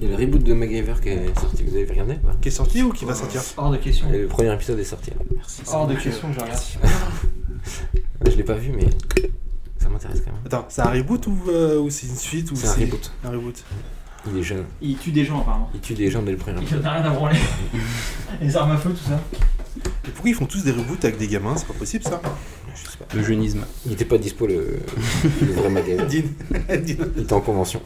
Il y a le reboot de MacGyver qui est sorti, vous avez regardé ou pas Qui est sorti ou qui va sortir Hors de question. Le premier épisode est sorti. hein. Merci. Hors de question, que je regarde. Je l'ai pas vu, mais ça m'intéresse quand même. Attends, c'est un reboot ou, euh, ou c'est une suite ou C'est un reboot. un reboot Il est jeune. Il tue des gens apparemment. Il tue des gens dès le premier. Il en a rien à branler. Les armes à feu, tout ça. Et pourquoi ils font tous des reboots avec des gamins C'est pas possible ça Je sais pas. Le jeunisme. Il était pas dispo le, le vrai MacGyver. Dean, Dean. Il était en convention.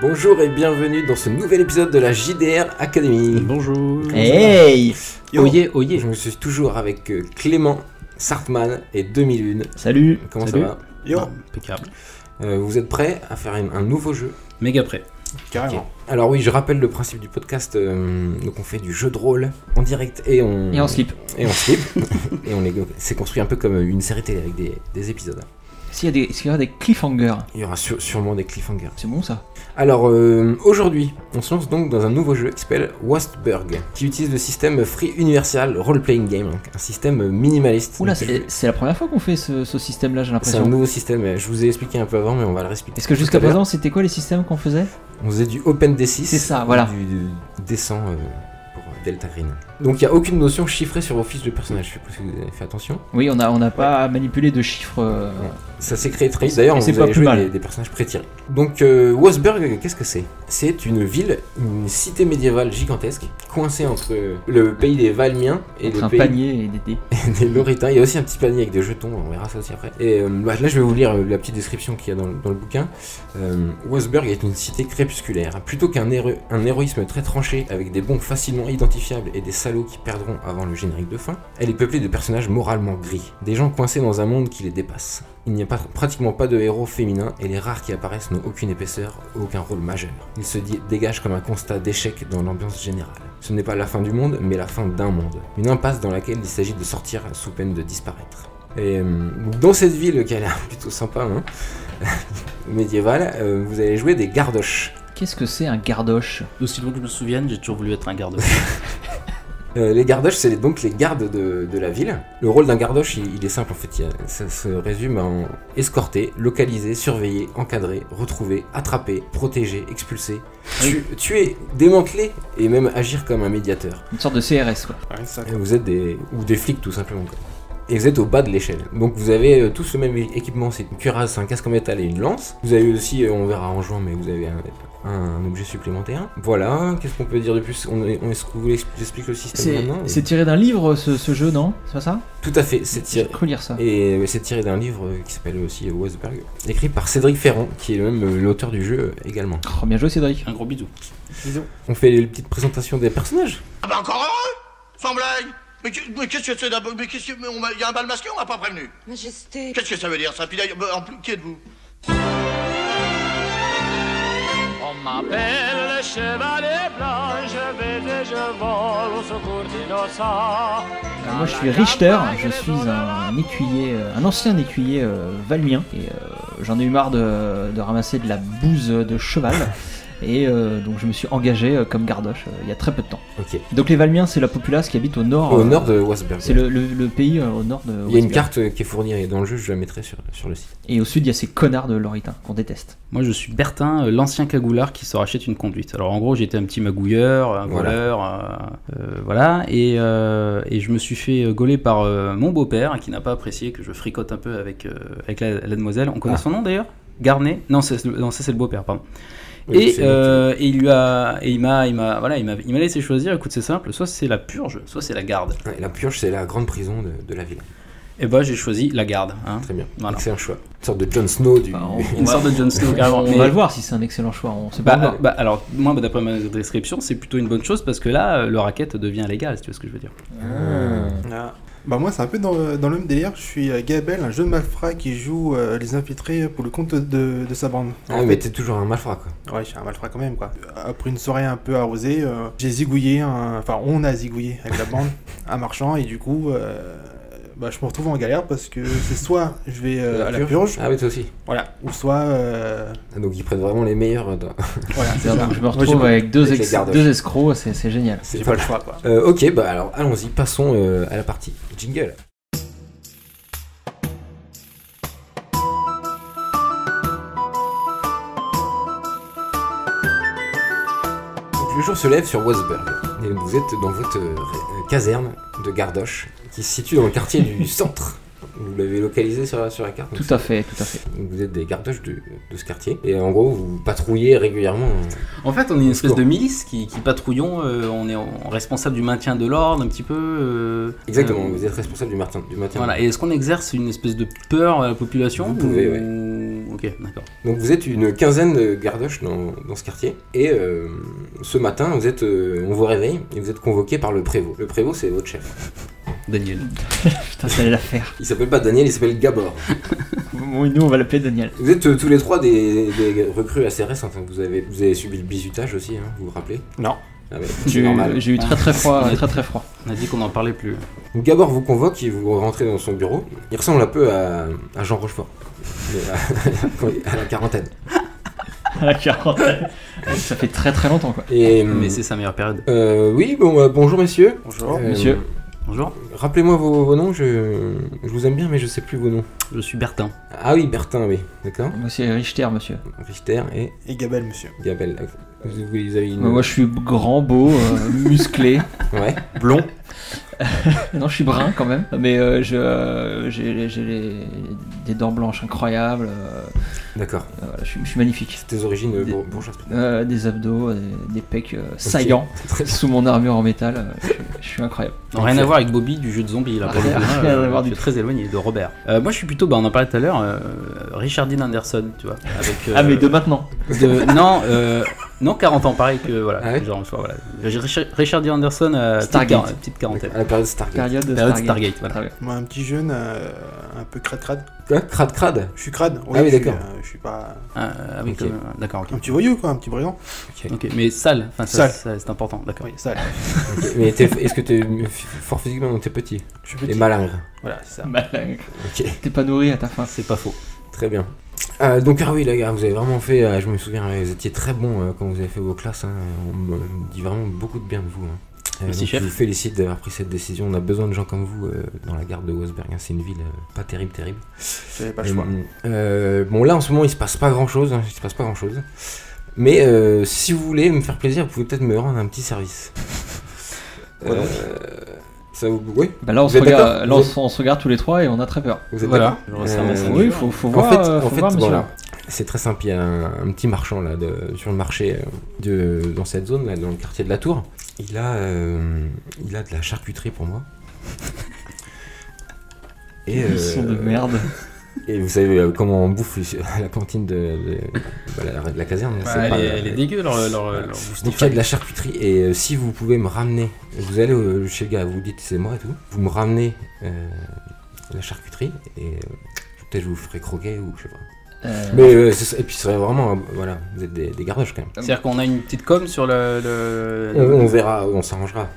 Bonjour et bienvenue dans ce nouvel épisode de la JDR Academy. Bonjour. Eh, Hey Yo. Oyez, oyez Je me suis toujours avec euh, Clément Sartman et 2001. Salut Comment Salut. ça va Yo, Ah, impeccable. Euh, Vous êtes prêts à faire un- un nouveau jeu Méga prêt. carrément. Alors oui, je rappelle le principe du podcast. euh, donc on fait du jeu de rôle en direct et on Et on slip. et on slip. et on les- c'est construit un peu comme une série télé avec des, des épisodes. S'il y, a des- s'il y a des cliffhangers, Il y aura sû- sûrement des cliffhangers. c'est bon ça Alors euh, aujourd'hui, on se lance donc dans un nouveau jeu qui s'appelle Wastburg, qui utilise le système Free Universal Role Playing Game, donc un système minimaliste. Oula, Donc, je- c'est c'est la première fois qu'on fait ce, ce système-là, j'ai c'est un l'impression. nouveau système. Je vous ai expliqué un peu avant, mais on va le réexpliquer. Est-ce que tout jusqu'à à l'heure. présent, c'était quoi les systèmes qu'on faisait On faisait du Open D6. C'est ça, voilà. Du, du descend euh, pour Delta Green. Donc il n'y a aucune notion chiffrée sur vos fiches de personnage. Je sais pas si vous avez fait attention. Oui, on n'a on a pas manipulé de chiffres. euh, Ça s'est créé très vite. D'ailleurs, Et on c'est vous pas avez plus joué mal. des, des personnages pré-tirés. Donc euh, Wasburg, qu'est-ce que c'est C'est une ville, une cité médiévale gigantesque, coincée entre le pays des Valmiens et entre le un pays panier et des dés. des Loritains. Il y a aussi un petit panier avec des jetons, on verra ça aussi après. Et euh, bah, là, je vais vous lire euh, la petite description qu'il y a dans, le- dans le bouquin. Euh, Wasburg est une cité crépusculaire. Plutôt qu'un héro- un héroïsme très tranché, avec des bons facilement identifiables et des salauds qui perdront avant le générique de fin, elle est peuplée de personnages moralement gris, des gens coincés dans un monde qui les dépasse. Il n'y a pas- pratiquement pas de héros féminins et les rares qui apparaissent n'ont aucune épaisseur, aucun rôle majeur. Il se di- dégage comme un constat d'échec dans l'ambiance générale. Ce n'est pas la fin du monde, mais la fin d'un monde. Une impasse dans laquelle il s'agit de sortir sous peine de disparaître. Et euh, dans cette ville qui a l'air plutôt sympa, hein, médiévale, euh, vous allez jouer des gardoches. Qu'est-ce que c'est un gardoche Aussi loin que je me souvienne, j'ai toujours voulu être un garde. Euh, les gardoches, c'est les- donc les gardes de, de la ville. Le rôle d'un gardoche, il, il est simple en fait. Il y a- ça se résume en escorter, localiser, surveiller, encadrer, retrouver, attraper, protéger, expulser, tu- tuer, démanteler et même agir comme un médiateur. Une sorte de CRS, quoi. Rien que ça. Et vous êtes des ou des flics tout simplement. quoi. Et vous êtes au bas de l'échelle. Donc vous avez euh, tous le même équipement, c'est une cuirasse, un casque en métal et une lance. Vous avez aussi, euh, on verra en juin, mais vous avez un, un objet supplémentaire. Voilà, qu'est-ce qu'on peut dire de plus on, est- on- Est-ce que vous voulez que j'explique le système C'est maintenant c'est tiré d'un livre, ce, ce jeu, non C'est pas ça Tout à fait, c'est J'ai tiré. cru lire ça. Et euh, c'est tiré d'un livre euh, qui s'appelle aussi euh, Wasberg, écrit par Cédric Ferrand, qui est le même euh, l'auteur du jeu euh, également. Oh, bien joué, Cédric. Un gros bidou. On fait les petites présentations des personnages. Ah bah encore heureux Sans blague Mais qu'est- mais qu'est-ce que c'est d'abord Mais qu'est-ce que... mais on m'a- Il y a un bal masqué, on m'a pas prévenu Majesté, Qu'est-ce que ça veut dire ça Puis d'ailleurs, bah, en plus, qui êtes-vous On m'appelle le chevalier blanc, je vais et je vole au secours d'innocents. Alors, moi, je suis Richter, je suis un écuyer, euh, un ancien écuyer euh, valmien. Et euh, j'en ai eu marre de, de ramasser de la bouse de cheval. Et euh, donc, je me suis engagé euh, comme gardoche euh, il y a très peu de temps. Ok. Donc, les valmiens, c'est la populace qui habite au nord. Au euh, nord de Wasberg. C'est le, le- le pays euh, au nord de. Il y a une Westbury. carte euh, qui est fournie dans le jeu, je la mettrai sur, sur le site. Et au sud, il y a ces connards de Loritains qu'on déteste. Moi, je suis Bertin, euh, l'ancien cagoulard qui se rachète une conduite. Alors, en gros, j'étais un petit magouilleur, un Voilà. voleur, euh, euh, voilà. Et, euh, et je me suis fait euh, gauler par euh, mon beau-père, qui n'a pas apprécié que je fricote un peu avec, euh, avec la, la demoiselle. On connaît Ah. son nom d'ailleurs Garnet Non, c'est- non, ça, c'est le beau-père, pardon. Oui, Et, c'est- euh, et il lui a, et il m'a, il m'a, voilà, il m'a, il m'a laissé choisir. Écoute, c'est simple. Soit c'est la purge, soit c'est la garde. Ouais, La purge, c'est la grande prison de, de la ville. Et bah, j'ai choisi la garde. Hein. Très bien. Voilà. C'est un choix. Une sorte de Jon Snow du. Enfin, on- Une sorte de Jon Snow. carrément. on Mais- va le voir si c'est un excellent choix, on sait pas Bah, encore. euh, bah, alors, moi, bah, d'après ma description, c'est plutôt une bonne chose parce que là, euh, le racket devient légal, si tu vois ce que je veux dire. Ah. Bah moi c'est un peu dans, dans le même délire, je suis euh, Gabel, un jeune malfrat qui joue euh, les infiltrés pour le compte de, de sa bande. Ah, mais t'es toujours un malfrat quoi. Ouais, je suis un malfrat quand même quoi. Après une soirée un peu arrosée, euh, j'ai zigouillé, un- enfin on a zigouillé avec la bande, un marchand et du coup euh, bah, je me retrouve en galère parce que c'est soit je vais euh, à la purge, Ah, oui, toi aussi. voilà, ou soit... euh, Ah, donc ils prennent vraiment les meilleurs. euh, dans- voilà, c'est ça. Donc, je me Moi, j'ai retrouve pas- avec deux, avec les ex- gardoches. deux escrocs, c'est c'est génial. C'est J'ai pas pas le choix quoi. Euh, ok, bah alors allons-y, passons euh, à la partie jingle. Le jour se lève sur Wasburg. Et vous êtes dans votre euh, ré- euh, caserne de Gardoche, qui se situe dans le quartier du centre. Vous l'avez localisé sur la, sur la carte. donc Tout à fait, tout à fait. c'est- Vous êtes des gardoches de, de ce quartier. Et en gros, vous patrouillez régulièrement. En fait, on est une espèce Bon. de milice qui, qui patrouillons, euh, on est en- responsable du maintien de l'ordre un petit peu. euh, Exactement, euh, vous êtes responsable du, matin, du matin. Voilà, et est-ce qu'on exerce une espèce de peur à la population Vous pouvez, ouais. ou- Ok, d'accord. Donc vous êtes une quinzaine de gardoches dans, dans ce quartier. Et euh, ce matin, vous êtes, euh, on vous réveille et vous êtes convoqué par le prévôt. Le prévôt, c'est votre chef. Daniel. Putain, ça allait la faire. Il s'appelle pas Daniel, il s'appelle Gabor. Bon, et nous, on va l'appeler Daniel. Vous êtes euh, tous les trois des, des recrues assez récentes. hein. Vous, avez, vous avez subi le bizutage aussi, hein, vous vous rappelez Non. Ah ouais, J'ai c'est normal. eu- j'ai eu très très froid, Ah. très très froid. On a dit qu'on n'en parlait plus. Donc Gabor vous convoque et vous rentrez dans son bureau. Il ressemble un peu à, à Jean Rochefort, mais euh, à, à la quarantaine. À la quarantaine. Ça fait très très longtemps quoi. Et, Mais c'est sa meilleure période. euh, oui, bon, euh, bonjour messieurs. Bonjour. Euh, Monsieur. Bonjour, Rappelez-moi vos, vos noms, je, je vous aime bien, mais je sais plus vos noms. je suis Bertin. Ah oui, Bertin, oui, d'accord. Moi c'est Richter monsieur. Richter et Et Gabel, monsieur. Gabel. Vous, vous avez une. Bah, Moi je suis grand, beau, euh, musclé. Ouais. Blond. Non, je suis brun quand même. Mais euh, je, euh, j'ai j'ai les- des dents blanches incroyables. euh, D'accord. euh, voilà, je, suis- je suis magnifique. Tes origines euh, Des- bour- bourgeoises. Euh, des abdos, euh, des, pecs euh, saillants sous mon armure en métal. euh, je, je suis incroyable. Non, rien à voir avec Bobby du jeu de zombies là. pour le Rien- coup, rien à euh, voir je du suis très éloigné de Robert. Euh, moi je suis plutôt, bah, on en parlait tout à l'heure, euh, Richard Dean Anderson, tu vois. Avec, euh, Ah, mais de maintenant. de- non, euh, non, 40 ans, pareil que voilà. Ah ouais genre, tu vois, voilà. Richard, Richard Dean Anderson, euh, petite Stargate. quar- petite quarantaine. À la période Ah, Stargate. Période de Période Stargate. Stargate, voilà. Très bien. Moi, un petit jeune, euh, un peu crade-crade. Quoi Crade crade Je suis crade. Ah oui, je suis, d'accord. euh, je suis pas. Ah, avec, Ok. euh, d'accord, ok. Un petit voyou, quoi, un petit brillant. Ok, mais sale, enfin, ça, Sale. ça, c'est important, d'accord. Oui, ça, Ok, Mais t'es- est-ce que t'es fort physiquement ou t'es petit je suis Et petit. malingre. Voilà, c'est ça. Malin. Ok. Bah, T'es pas nourri à ta faim. C'est pas faux. Très bien. Euh, donc ah oui les gars, vous avez vraiment fait, euh, je me souviens, euh, vous étiez très bons euh, quand vous avez fait vos classes, hein. on me dit vraiment beaucoup de bien de vous. hein. Euh, Merci, donc, chef. Je vous félicite d'avoir pris cette décision, on a besoin de gens comme vous euh, dans la garde de Wasberg, hein. c'est une ville euh, pas terrible, terrible. J'avais pas le choix. Euh, euh, bon là en ce moment il se passe pas grand chose, il se passe pas grand chose. Mais euh, si vous voulez me faire plaisir, vous pouvez peut-être me rendre un petit service. Ouais, donc. Euh, ça vous... Oui Bah là, on Vous se, êtes regarde, d'accord là Vous on, êtes- se- on se regarde tous les trois et on a très peur. Vous êtes Voilà. d'accord Je resserre ma Euh, ceinture. Oui, faut, faut En voir, fait, euh, en faut fait, voir, monsieur. voilà. C'est très simple, il y a un, un petit marchand là, de- sur le marché euh, de, dans cette zone, là, dans le quartier de la Tour. Il a, euh, il a de la charcuterie pour moi. Et, Ils sont de euh, merde. et vous savez euh, comment on bouffe ici, à la cantine de, de- bah, la, de la caserne. c'est elle, pas- euh, est, elle est dégueu leur, leur, leur donc il y a de la charcuterie et euh, si vous pouvez me ramener, vous allez euh, chez le gars, vous dites c'est moi et tout, vous me ramenez euh, la charcuterie et euh, peut-être je vous ferai croquer ou je sais pas. Euh, Mais euh, ce serait- et puis ce serait vraiment, euh, voilà, vous êtes des, des gardoches quand même. C'est-à-dire qu'on a une petite com sur le. le- On, Euh, on verra, on s'arrangera.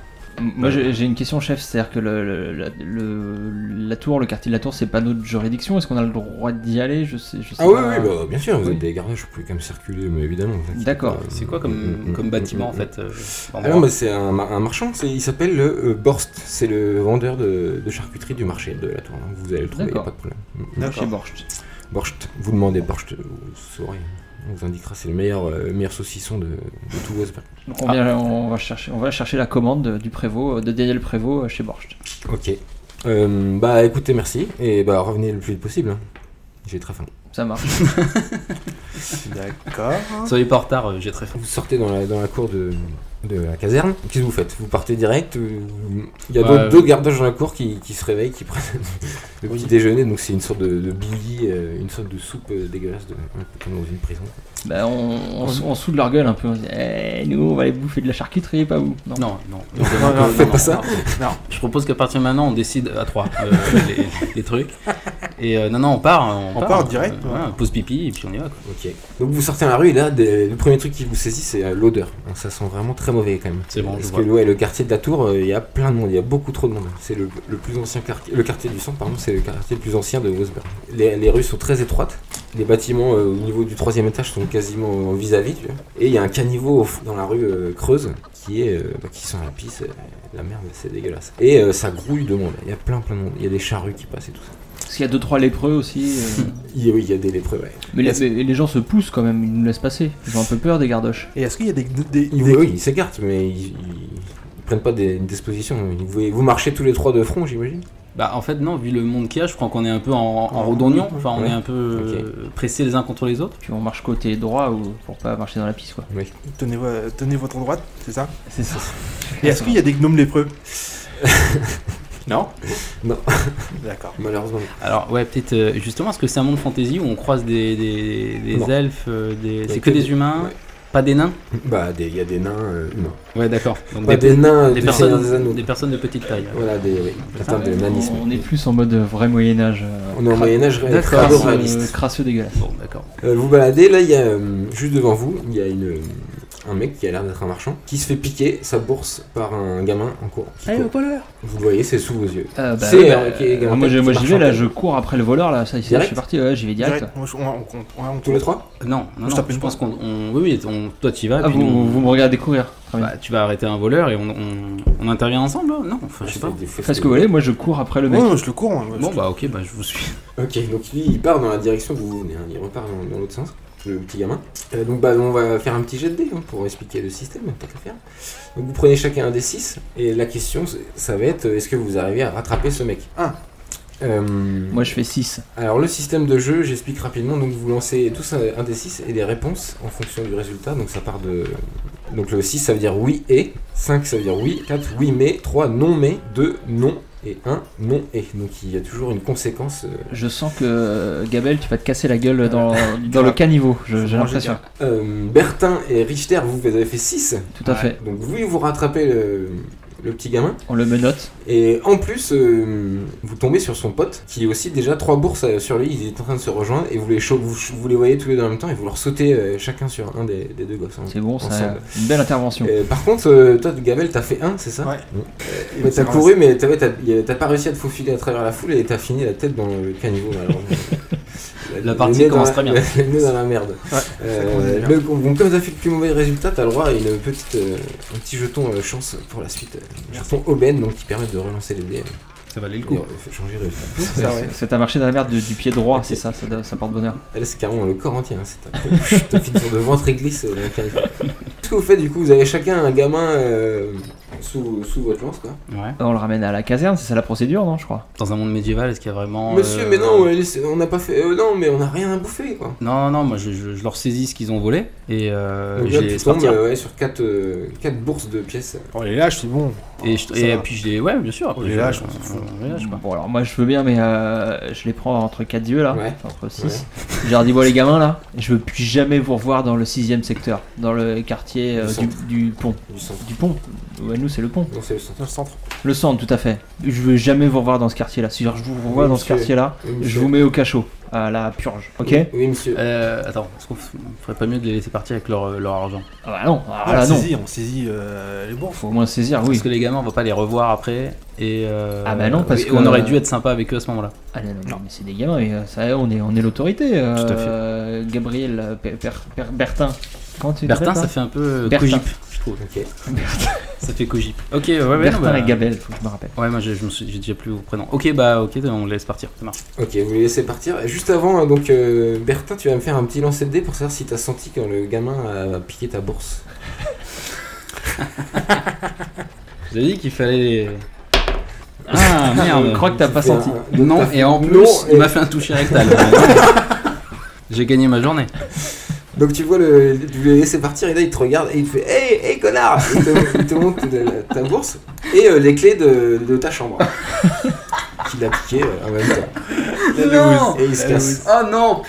Moi j'ai j'ai une question chef, c'est-à-dire que le, le- la, le- la tour, le quartier de la tour, c'est pas notre juridiction, est-ce qu'on a le droit d'y aller Je sais, je sais Ah oui, pas. oui, bah, bien sûr, vous Oui. êtes des gardoches, vous pouvez quand même circuler, mais évidemment. vous inquiétez D'accord. pas. C'est quoi comme, Mm, mm, comme mm, bâtiment mm, en mm. fait euh, Ah non, bah, c'est un, ma- un marchand, c'est- il s'appelle le euh, Borst, c'est le vendeur de, de charcuterie du marché de la tour. hein. Vous allez le trouver, y a D'accord. pas de problème. Mm, mm. Chez D'accord. Borcht. Borst, vous demandez Borst, vous saurez. On vous indiquera, c'est le meilleur, euh, meilleur saucisson de, de tout Wasberg. Donc on, vient- on, va chercher, on va chercher la commande de- du prévôt, euh, de Daniel Prévost euh, chez Borcht. Ok. Euh, bah écoutez, merci, et bah revenez le plus vite possible. hein. J'ai très faim. Ça marche. D'accord. Soyez pas en retard, euh, j'ai très faim. Vous sortez dans la, dans la cour de, de la caserne. Qu'est-ce que vous faites Vous partez direct ou- Il y a Bah, d'autres euh, d'autres gardoches dans la cour qui, qui se réveillent, qui prennent le petit déjeuner. Donc c'est une sorte de, de bouillie, euh, une sorte de soupe euh, dégueulasse, de, un peu comme dans une prison. Bah, on, on, s- on soude leur gueule un peu, on se dit Eh, nous on va aller bouffer de la charcuterie, pas vous. Non. Non, non. Non, non, faites pas ça. Je propose qu'à partir de maintenant, on décide à trois euh, les, les trucs. Et euh, non, non, on part. On, On part direct, euh, ouais. voilà, pause pipi et puis on y va. Quoi. Ok. Donc vous sortez dans la rue et là, des- le premier truc qui vous saisit, c'est euh, l'odeur. Hein, Ça sent vraiment très mauvais quand même. C'est bon, je Parce que vois. ouais, le quartier de la tour, euh, il y a plein de monde, il y a beaucoup trop de monde. C'est le, le plus ancien quartier, le quartier du centre, pardon, c'est le quartier le plus ancien de Wolfsburg. Les, les rues sont très étroites, les bâtiments euh, au niveau du troisième étage sont quasiment en vis-à-vis, tu vois. Et il y a un caniveau au fond, dans la rue euh, creuse qui est, euh, bah, qui sent la pisse, euh, la merde, c'est dégueulasse. Et euh, ça grouille de monde, il y a plein plein de monde, il y a des charrues qui passent et tout ça. Parce qu'il y a 2-3 lépreux aussi. euh. Il y a, oui, il y a des lépreux, ouais. Mais les, mais les gens se poussent quand même, ils nous laissent passer. Ils ont un peu peur des gardoches. Et est-ce qu'il y a des. des- Ils, oui, ils s'écartent, mais ils, ils- ils prennent pas des, une disposition. Ils- Vous, vous marchez tous les trois de front, j'imagine Bah en fait non, vu le monde qu'il y a, je crois qu'on est un peu en, en rondognon, enfin on Ouais. est un peu euh, pressés les uns contre les autres. Puis on marche côté droit ou pour pas marcher dans la piste quoi. Tenez, vo- tenez votre droite, c'est ça C'est ça. Et est-ce qu'il y a des gnomes lépreux Non Non. D'accord. Malheureusement. Alors ouais, peut-être euh, justement, est-ce que c'est un monde fantasy où on croise des, des, des Non. elfes, euh, des... a c'est que que des, des- humains, ouais. pas des nains Bah, des- il y a des nains. euh, non. Ouais d'accord. Donc Pas des, nains, des du Seigneur des personnes, anneaux. des personnes de petite taille. Voilà, des. Oui, atteint de nanisme. on est plus en mode euh, vrai Moyen-Âge. euh, On est en Moyen-Âge ré- D'accord. crado-réaliste. crasseux dégueulasse. Bon d'accord. Euh, vous baladez, là, il y a, euh, juste devant vous, il y a une, euh, un mec qui a l'air d'être un marchand, qui se fait piquer sa bourse par un gamin en courant. qui court. Vous le voyez, c'est sous vos yeux. Euh, bah, C'est, ouais, euh, qui est également moi, je- moi, marchand. j'y vais là, je cours après le voleur là, ça y est, Direct je suis parti, ouais, j'y vais direct. Direct, on, on, on, compte- on, Tous les trois Non, non, Je non, tape je une pense qu'on, on- oui, oui, on- toi tu y vas. Ah, puis vous, nous- vous me regardez courir. Ah, Très bien. Bah, tu vas arrêter un voleur et on, on, on intervient ensemble hein Non, enfin, je sais pas. Ah, Des- des- Faites ce que vous voulez, moi je cours après le mec. Non, je le cours. moi, je- Bon bah ok, bah je vous suis. Ok, donc lui, il part dans la direction que vous venez, hein, il repart dans, dans l'autre sens, le petit gamin. Euh, donc bah, on va faire un petit jet de dés hein, pour expliquer le système, tant qu'à faire. Donc vous prenez chacun un des 6, et la question, c'est- ça va être, euh, est-ce que vous arrivez à rattraper ce mec Un. Euh, Moi je fais 6. Alors le système de jeu, j'explique rapidement, donc vous lancez tous un, un des 6 et des réponses en fonction du résultat, donc ça part de... Donc le 6 ça veut dire oui et, 5 ça veut dire oui, 4 oui mais, 3 non mais, 2 non et 1 non et. Donc il y a toujours une conséquence. euh, Je sens que euh, Gabel, tu vas te casser la gueule dans, dans le caniveau, je- j'ai Moi, l'impression. Euh, Bertin et Richter, vous, vous avez fait 6. Tout à fait. Donc vous, vous rattrapez le, le petit gamin. On le menote. Et en plus, euh, vous tombez sur son pote, qui est aussi déjà trois bourses euh, sur lui. Il est en train de se rejoindre et vous les, cho- vous, vous les voyez tous les deux en même temps et vous leur sautez euh, chacun sur un des, des deux gosses. hein. C'est bon, c'est Ensemble. une belle intervention. Euh, par contre, euh, toi, Gabel, t'as fait 1, c'est ça Ouais. Mais bah, t'as couru, mais t'avais- t'as y a- t'as pas réussi à te faufiler à travers la foule et t'as fini la tête dans le caniveau, malheureusement. La le partie nez dans commence la- très bien. Le nez dans la merde. Ouais, Euh, ça commence bien. le- bon, comme t'as fait le plus mauvais résultat, t'as le droit à une petite, euh, un petit jeton euh, chance pour la suite. Un jeton aubaine, donc qui permet de relancer les dés. euh, Ça valait le et, euh, faut changer de résultat. C'est ça, ouais. c'est- c'est un marché dans la merde du, du pied droit, c'est ça, ça, doit- ça porte bonheur. Ah, Là, c'est carrément le corps entier. hein, C'est un t'as fait une sorte de ventre et glisse. euh, dans le caniveau. Qu'est-ce que vous faites du coup Vous avez chacun un gamin euh, sous, sous votre lance, quoi. Ouais. On le ramène à la caserne, c'est ça la procédure, non, je crois Dans un monde médiéval, est-ce qu'il y a vraiment Monsieur, euh, mais non, euh, laissez- on n'a pas fait. euh, non, mais on n'a rien à bouffer, quoi. Non, non, non, moi je, je- je leur saisis ce qu'ils ont volé et euh, Donc je là, les tu laisse tombes partir. euh, ouais, sur 4 bourses de pièces. euh, On les Oh, lâche, c'est bon. Et, je- Ça et va. puis je les. Ouais, bien Oh, sûr. Après, les je- lâche, on on- s'en fout. on les lâche, quoi. Bon, alors moi je veux bien, mais euh, je les prends entre quatre yeux là, Ouais. Enfin, entre 6. Je leur dis, bon les gamins là, je veux plus jamais vous revoir dans le 6ème secteur, dans le quartier euh, Du du, centre. du pont. Du centre. Du pont Ouais, nous c'est le pont. Non, c'est le centre. Dans le centre. Le centre, tout à fait. Je veux jamais vous revoir dans ce quartier là. Si je vous revois Oui, dans ce monsieur. quartier là, Oui, je monsieur. vous mets au cachot, à la purge, ok Oui, Oui, monsieur. Euh, attends, est-ce qu'on f- ferait pas mieux de les laisser partir avec leur, euh, leur argent Ah bah non, ah, Ah, là on non. saisit, on saisit euh, les bourses. Faut au moins saisir, oui. Parce que les gamins, on va pas les revoir après. Et euh, Ah bah non, parce et que- on aurait dû être sympa avec eux à ce moment-là. Ah non, non, Non. mais c'est des gamins, mais euh, ça, y est, on est, on est l'autorité. euh, Tout à fait. euh, Gabriel euh, Per- Per- Per- Bertin. Comment tu Bertin, t'appelles, ça toi fait un peu euh, Bertin. cogip, je trouve. Ok. Ça fait cogip. Ok, ouais, ouais, Bertin non, bah, et Gabel, faut que je me rappelle. Ouais, moi j'ai je me suis- j'ai déjà plus vos prénoms. Ok, bah ok, on les laisse partir, ça marche. Ok, vous les laissez partir. Juste avant, donc, euh, Bertin, tu vas me faire un petit lancer de dés pour savoir si t'as senti quand le gamin a piqué ta bourse. Je vous ai dit qu'il fallait les. Ah merde Je crois que t'as pas fais un- senti. donc Non, t'as fait- et en plus, non, il et- m'a fait un toucher rectal. J'ai gagné ma journée. Donc tu vois, le, tu les laisses partir et là il te regarde et il te fait Hey, hey connard Il te, il te montre de la- ta bourse et euh, les clés de, de ta chambre. Qu'il a piqué euh, en même temps. Non et il Eh se casse. Oh non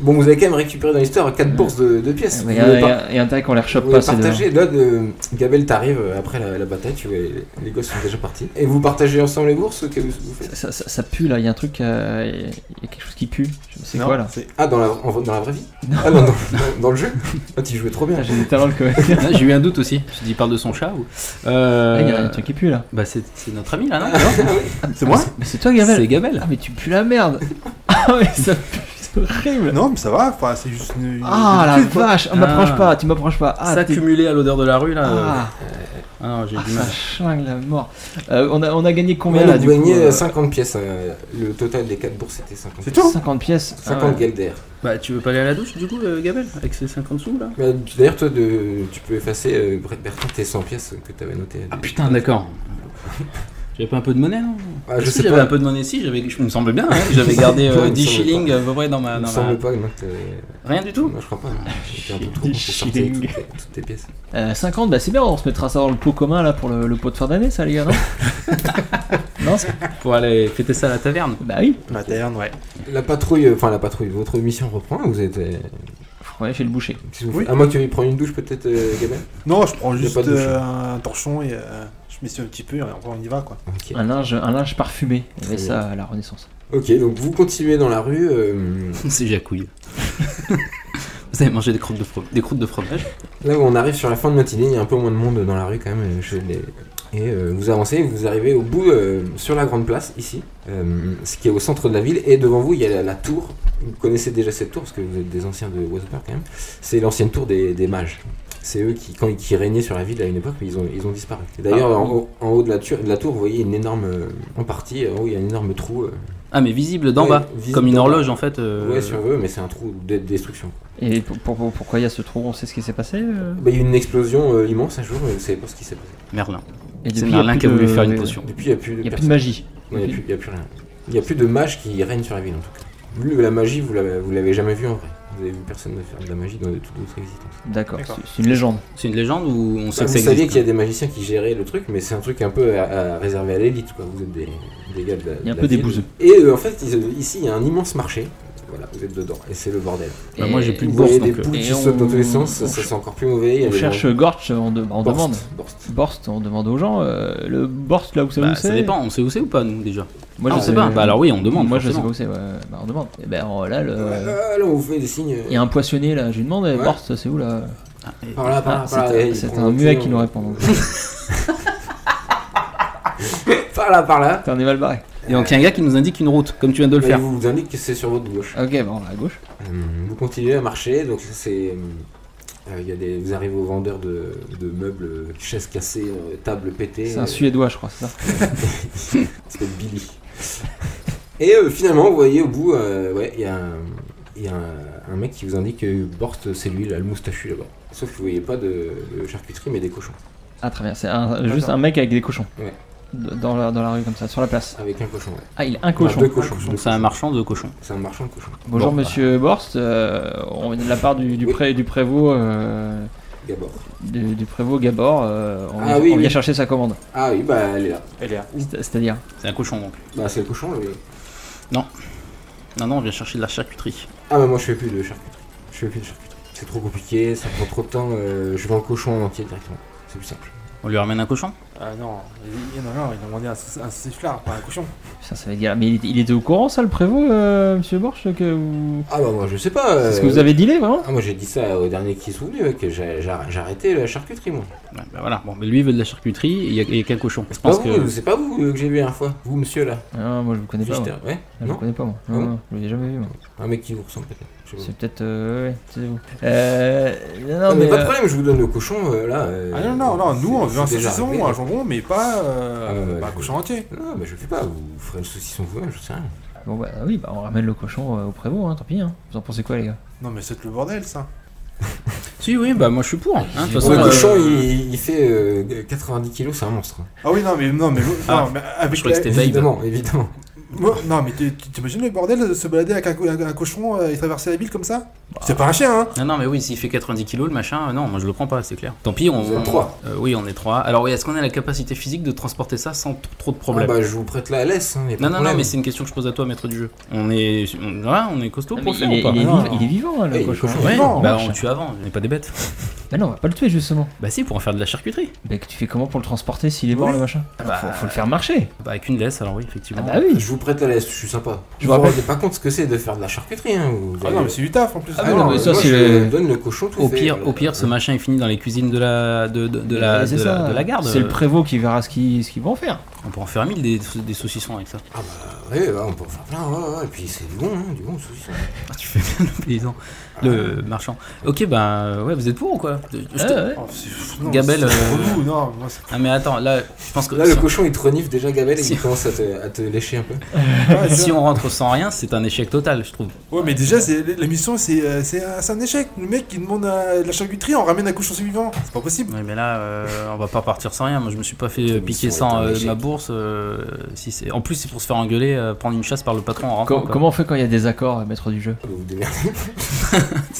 Bon, vous avez quand même récupéré dans l'histoire 4 bourses de, de pièces. Mais Vous voulez y par- a- y a intérêt qu'on les rechoppe vous pas, voulez c'est partager. de... Là, de- Gabel t'arrive après la, la bataille, tu vois, les, les gosses sont déjà partis. Et vous partagez ensemble les bourses que vous, vous faites ça, ça- ça pue là, il y a un truc, euh, y a- y a quelque chose qui pue. Je- C'est Non, quoi là c'est- Ah, dans la, en- dans la vraie vie Ah non, dans, dans- dans le jeu Ah, tu jouais trop bien. Ah, J'ai des talents le comédien. J'ai eu un doute aussi. Je me suis dit, il parle de son chat ou. Euh, Ah, Il y a un truc qui pue là. Bah c'est c'est notre ami là, non Ah, C'est moi Mais c'est toi C'est Gabel Gabel. Ah mais tu pues la merde Ah mais ça pue, c'est horrible Non, mais ça va, enfin, c'est juste une. une- Ah la une- vache, on m'approche Ah. pas, tu m'accroches pas. Ah, Ça t'es- euh, cumulé à l'odeur de la rue là. euh. Ah. Ah non, j'ai Ah, du ça mal. chlingue la mort. Euh, on, a, on a gagné combien On là a du coup gagné euh, 50 pièces. hein. Le total des 4 bourses était 50. C'est tout 50 pièces. Ah 50 ouais. galder. Bah, tu veux pas aller à la douche du coup, euh, Gabel Avec ces 50 sous là Bah, D'ailleurs, toi, de- tu peux effacer, euh, Brett Bertrand, tes 100 pièces que t'avais notées. Ah putain, d'accord. J'avais pas un peu de monnaie non Ah, je Si, sais j'avais pas. un peu de monnaie, si, j'avais, je me semble bien, hein, j'avais gardé euh, Ouais, il me 10 semble shillings pas. à peu près dans ma. Il me dans semble ma- pas non, que Rien du tout Non, je crois pas. non. Ah, J'étais un peu trop Des con pour sortir shillings. toutes tes- toutes tes pièces. Euh, 50, bah c'est bien, on se mettra ça dans le pot commun là pour le, le pot de fin d'année, ça les gars, non Non c'est- Pour aller fêter ça à la taverne. Bah oui, Ma taverne, ouais. La patrouille, euh, enfin la patrouille, votre mission reprend ou vous êtes. euh, ouais, chez le boucher. qu'est-ce que vous Oui. faites À moins que tu prends une douche peut-être, euh, Gabin Non, je prends Y a juste pas de douche. euh, un torchon et euh, je m'essuie un petit peu et après on y va quoi. Ok. Un linge, un linge parfumé, il y avait Très ça à la Renaissance. Ok, donc vous continuez dans la rue. euh, C'est jacouille. Vous avez mangé des croûtes de, fro- des croûtes de fromage là où on arrive sur la fin de matinée, il y a un peu moins de monde dans la rue quand même. euh, chez les- Et euh, vous avancez, et vous arrivez au bout euh, sur la grande place, ici, euh, ce qui est au centre de la ville. Et devant vous, il y a la, la tour. Vous connaissez déjà cette tour parce que vous êtes des anciens de Wasburg quand même. C'est l'ancienne tour des, des mages. C'est eux qui, quand, qui régnaient sur la ville à une époque, mais ils ont, ils ont disparu. Et D'ailleurs, Ah. en, haut- en haut de la, tu- de la tour, vous voyez une énorme. euh, en partie, en haut, il y a un énorme trou. euh, Ah, mais visible d'en Ouais, bas, visible comme une d'en bas. horloge en fait. euh, Ouais, si on veut, mais c'est un trou de destruction. quoi. Et pour- pour- pour- pourquoi il y a ce trou On sait ce qui s'est passé euh Bah, Il y a eu une explosion euh, immense un jour, euh, vous savez pas ce qui s'est passé. Merlin. Et C'est depuis, il y a Merlin plus qui a de- voulu faire une potion. Depuis, il n'y a plus de Il n'y a plus personne. de magie. Non, il y a plus- il y a plus rien. Il n'y a plus de mages qui règnent sur la ville en tout cas. Vous, la magie, vous l'avez vous l'avez jamais vue en vrai. Vous avez vu personne faire de la magie dans de toute votre existence. D'accord, D'accord. c'est- c'est une légende. C'est une légende ou on sait Bah, que vous ça saviez existe hein. qu'il y a des magiciens qui géraient le truc, mais c'est un truc un peu à, à réserver à l'élite. quoi. Vous êtes des, des gars de la. Il y a de la un peu des ville. bouseux. Et euh, en fait, ils- ici, il y a un immense marché. Voilà, vous êtes dedans. Et c'est le bordel. Bah, moi, j'ai Et- plus de Vous bourse, voyez des donc, euh, poules et qui on- sautent dans tous les sens, on ça, ch- c'est encore plus mauvais. il y a On des cherche gens- Gorch, on, de- on Borst, demande. Borst. Borst, on demande aux gens. euh, le Borst, là où ça Bah, vous ça dépend, on sait où c'est ou pas nous déjà Moi je Ah, sais on- pas. Bah, alors oui, on demande. Moi je sais pas forcément. où c'est, ouais, ouais, bah, on demande. Et ben oh, là, le- Ouais, Euh, là, là, on vous fait des signes. il y a un poissonnier là, je lui demande, eh, Ouais. bah, Borst, c'est où là Ah, et- Par là, par là, Ah, par là. c'est et un- il C'est prend un le muet pied, qui nous on- répond. donc. Par là, par là. Putain, On est mal barré. Et donc il y a un gars qui nous indique une route, comme tu viens de le Là, il faire. vous vous indique que c'est sur votre gauche. Ok, bon, on va à gauche. Hum, Vous continuez à marcher, donc ça, c'est. hum, euh, il y a des, vous arrivez aux vendeurs de, de meubles, euh, chaises cassées, euh, tables pétées. C'est un euh, suédois, je crois, c'est ça. C'était Billy. Et euh, finalement, vous voyez au bout, euh, ouais, il y a, un, il y a un, un mec qui vous indique que Borst, c'est lui, là, le moustachu là-bas. Sauf que vous voyez pas de, de charcuterie, mais des cochons. Ah, très bien, c'est un- juste un mec avec des cochons. Ouais. D- Dans la, dans la rue comme ça, sur la place. Avec un cochon, ouais. Ah, il a un Non, cochon. deux cochons. deux Donc c'est un cochons. marchand de cochons. C'est un marchand de cochons. Bonjour Bon, monsieur Borst, euh, on vient de la part du, du, Oui. pré- du prévôt euh, Gabor. du, du prévôt Gabor, euh, on, Ah on oui, vient oui. chercher sa commande. Ah oui, bah elle est là. Elle est là. C'est- C'est-à-dire C'est un cochon donc. Bah c'est le cochon, le- Non, non, on vient chercher de la charcuterie. Ah bah moi je fais plus de charcuterie. Je fais plus de charcuterie. C'est trop compliqué, ça prend trop de temps. euh, je vends le cochon en entier directement. C'est plus simple. On lui ramène un cochon Ah non, il, il- non, non, il a demandé un, sou- un sifflard, pas un cochon. Ça, ça veut dire. Mais il, était- il était au courant ça le prévôt, euh, monsieur Borst que vous... Ah bah moi je sais pas. euh, C'est ce que vous avez dealé vraiment Ah moi j'ai dit ça au dernier qui est souvenu, ouais, que j'ai j'ai arr- j'ai arrêté la charcuterie moi. Ouais, bah voilà. Bon, mais lui il veut de la charcuterie et il y a, il y a quel cochon Je C'est pas, pense Bah, vous, que. c'est pas vous euh, que j'ai vu la dernière fois. Vous monsieur là. Ah, non, Moi je vous connais pas. moi. Richter, ouais Ah, Je vous Non connais pas moi. Ah Non, bon Euh. non, je l'ai jamais vu moi. Un mec qui vous ressemble peut-être. je sais C'est pas. peut-être. Euh, ouais, c'est vous. Euh, non, Non Ah, mais, mais, pas de euh, problème, je vous donne le cochon euh, là. euh, Ah non, non, non, nous on c'est- veut un c'est déjà saucisson, arrivé. un jambon, mais pas, euh, Ah ouais, ouais, pas un je- cochon entier. Non mais je fais pas, vous ferez le saucisson vous-même, je sais rien. Bon bah oui, bah on ramène le cochon euh, au prévôt, hein, tant pis. Hein. Vous en pensez quoi les gars Non, mais c'est le bordel ça. Si, oui, bah moi je suis pour. hein, de toute façon, le euh, cochon il, il fait euh, 90 kilos, c'est un monstre. hein. Ah oui, non, mais non, mais, l'autre- Ah, non, mais avec je croyais que la- c'était Babe. Évidemment, évidemment. Moi- non, mais tu- tu- t'imagines le bordel de se balader avec un, co- un cochon euh, et traverser la ville comme ça C'est pas un chien, hein Non, non, mais oui, s'il fait 90 kilos le machin, euh, non, moi je le prends pas, c'est clair. Tant pis, on. Vous êtes trois. Euh, oui, on est trois. Alors oui, est-ce qu'on a la capacité physique de transporter ça sans t- trop de problèmes Ah bah, je vous prête la laisse. Hein, y a pas de Non, non, non, problème. mais c'est une question que je pose à toi, maître du jeu. On est, on, voilà, on est costaud Non, pour mais le il, est, faire ou pas il est Ah, vivant- non. il est vivant Eh, hein, le il est cochon. cochon. Ouais, Non, bah marche. on le tue avant, on n'est pas des bêtes. Bah non, on va pas le tuer justement. Bah si, pour en faire de la charcuterie. Bah que tu fais comment pour le transporter s'il est mort Oui. le machin bah, faut, faut le faire marcher. Bah avec une laisse, alors oui, Ah effectivement. bah oui. Je vous prête la laisse, je suis sympa. Je Je vous vous rappelle- rendez pas compte ce que c'est de faire de la charcuterie. Hein, vous Ah avez- non, mais c'est du taf en plus. Ah oui, non, mais ça, moi, c'est je le- donne le cochon tout Au fait, pire, euh, au pire, ce machin est fini dans les cuisines de la de, de- de la, Mais c'est de la- ça. de la garde. C'est le prévôt qui verra ce qu'il ce qu'ils vont en faire. On peut en faire mille des, des saucissons avec ça. Ouais, ouais, on peut en faire plein, ouais, ouais, et puis c'est du bon, hein, du bon saucisson. Ah, tu fais bien le paysan, le marchand. Ok, bah ouais, vous êtes pour ou quoi Je- je te- Ouais, ouais. Oh, c'est- non, Gabelle, c'est euh, relou, non, moi, c'est- Ah mais attends, là, je pense que Là, si, le cochon, il te renifle déjà Gabelle et Si. il commence à te, à te lécher un peu. Ouais, on, tu Bah, si vois. on rentre sans rien, c'est un échec total, je trouve. Ouais, mais déjà, c'est- la mission, c'est euh, c'est un, c'est un échec. Le mec, il demande à- de la charcuterie, on ramène un cochon vivant. C'est pas possible. Ouais, mais là, euh, on va pas partir sans rien. Moi, je me suis pas fait euh, piquer mission est sans un euh, échec. ma bourse. euh, si c'est- en plus, c'est pour se faire engueuler, euh, prendre une chasse par le patron en rentrant. Com- quoi. Comment on fait quand il y a des accords, euh, maître du jeu Ah, bah, Vous vous démerdez.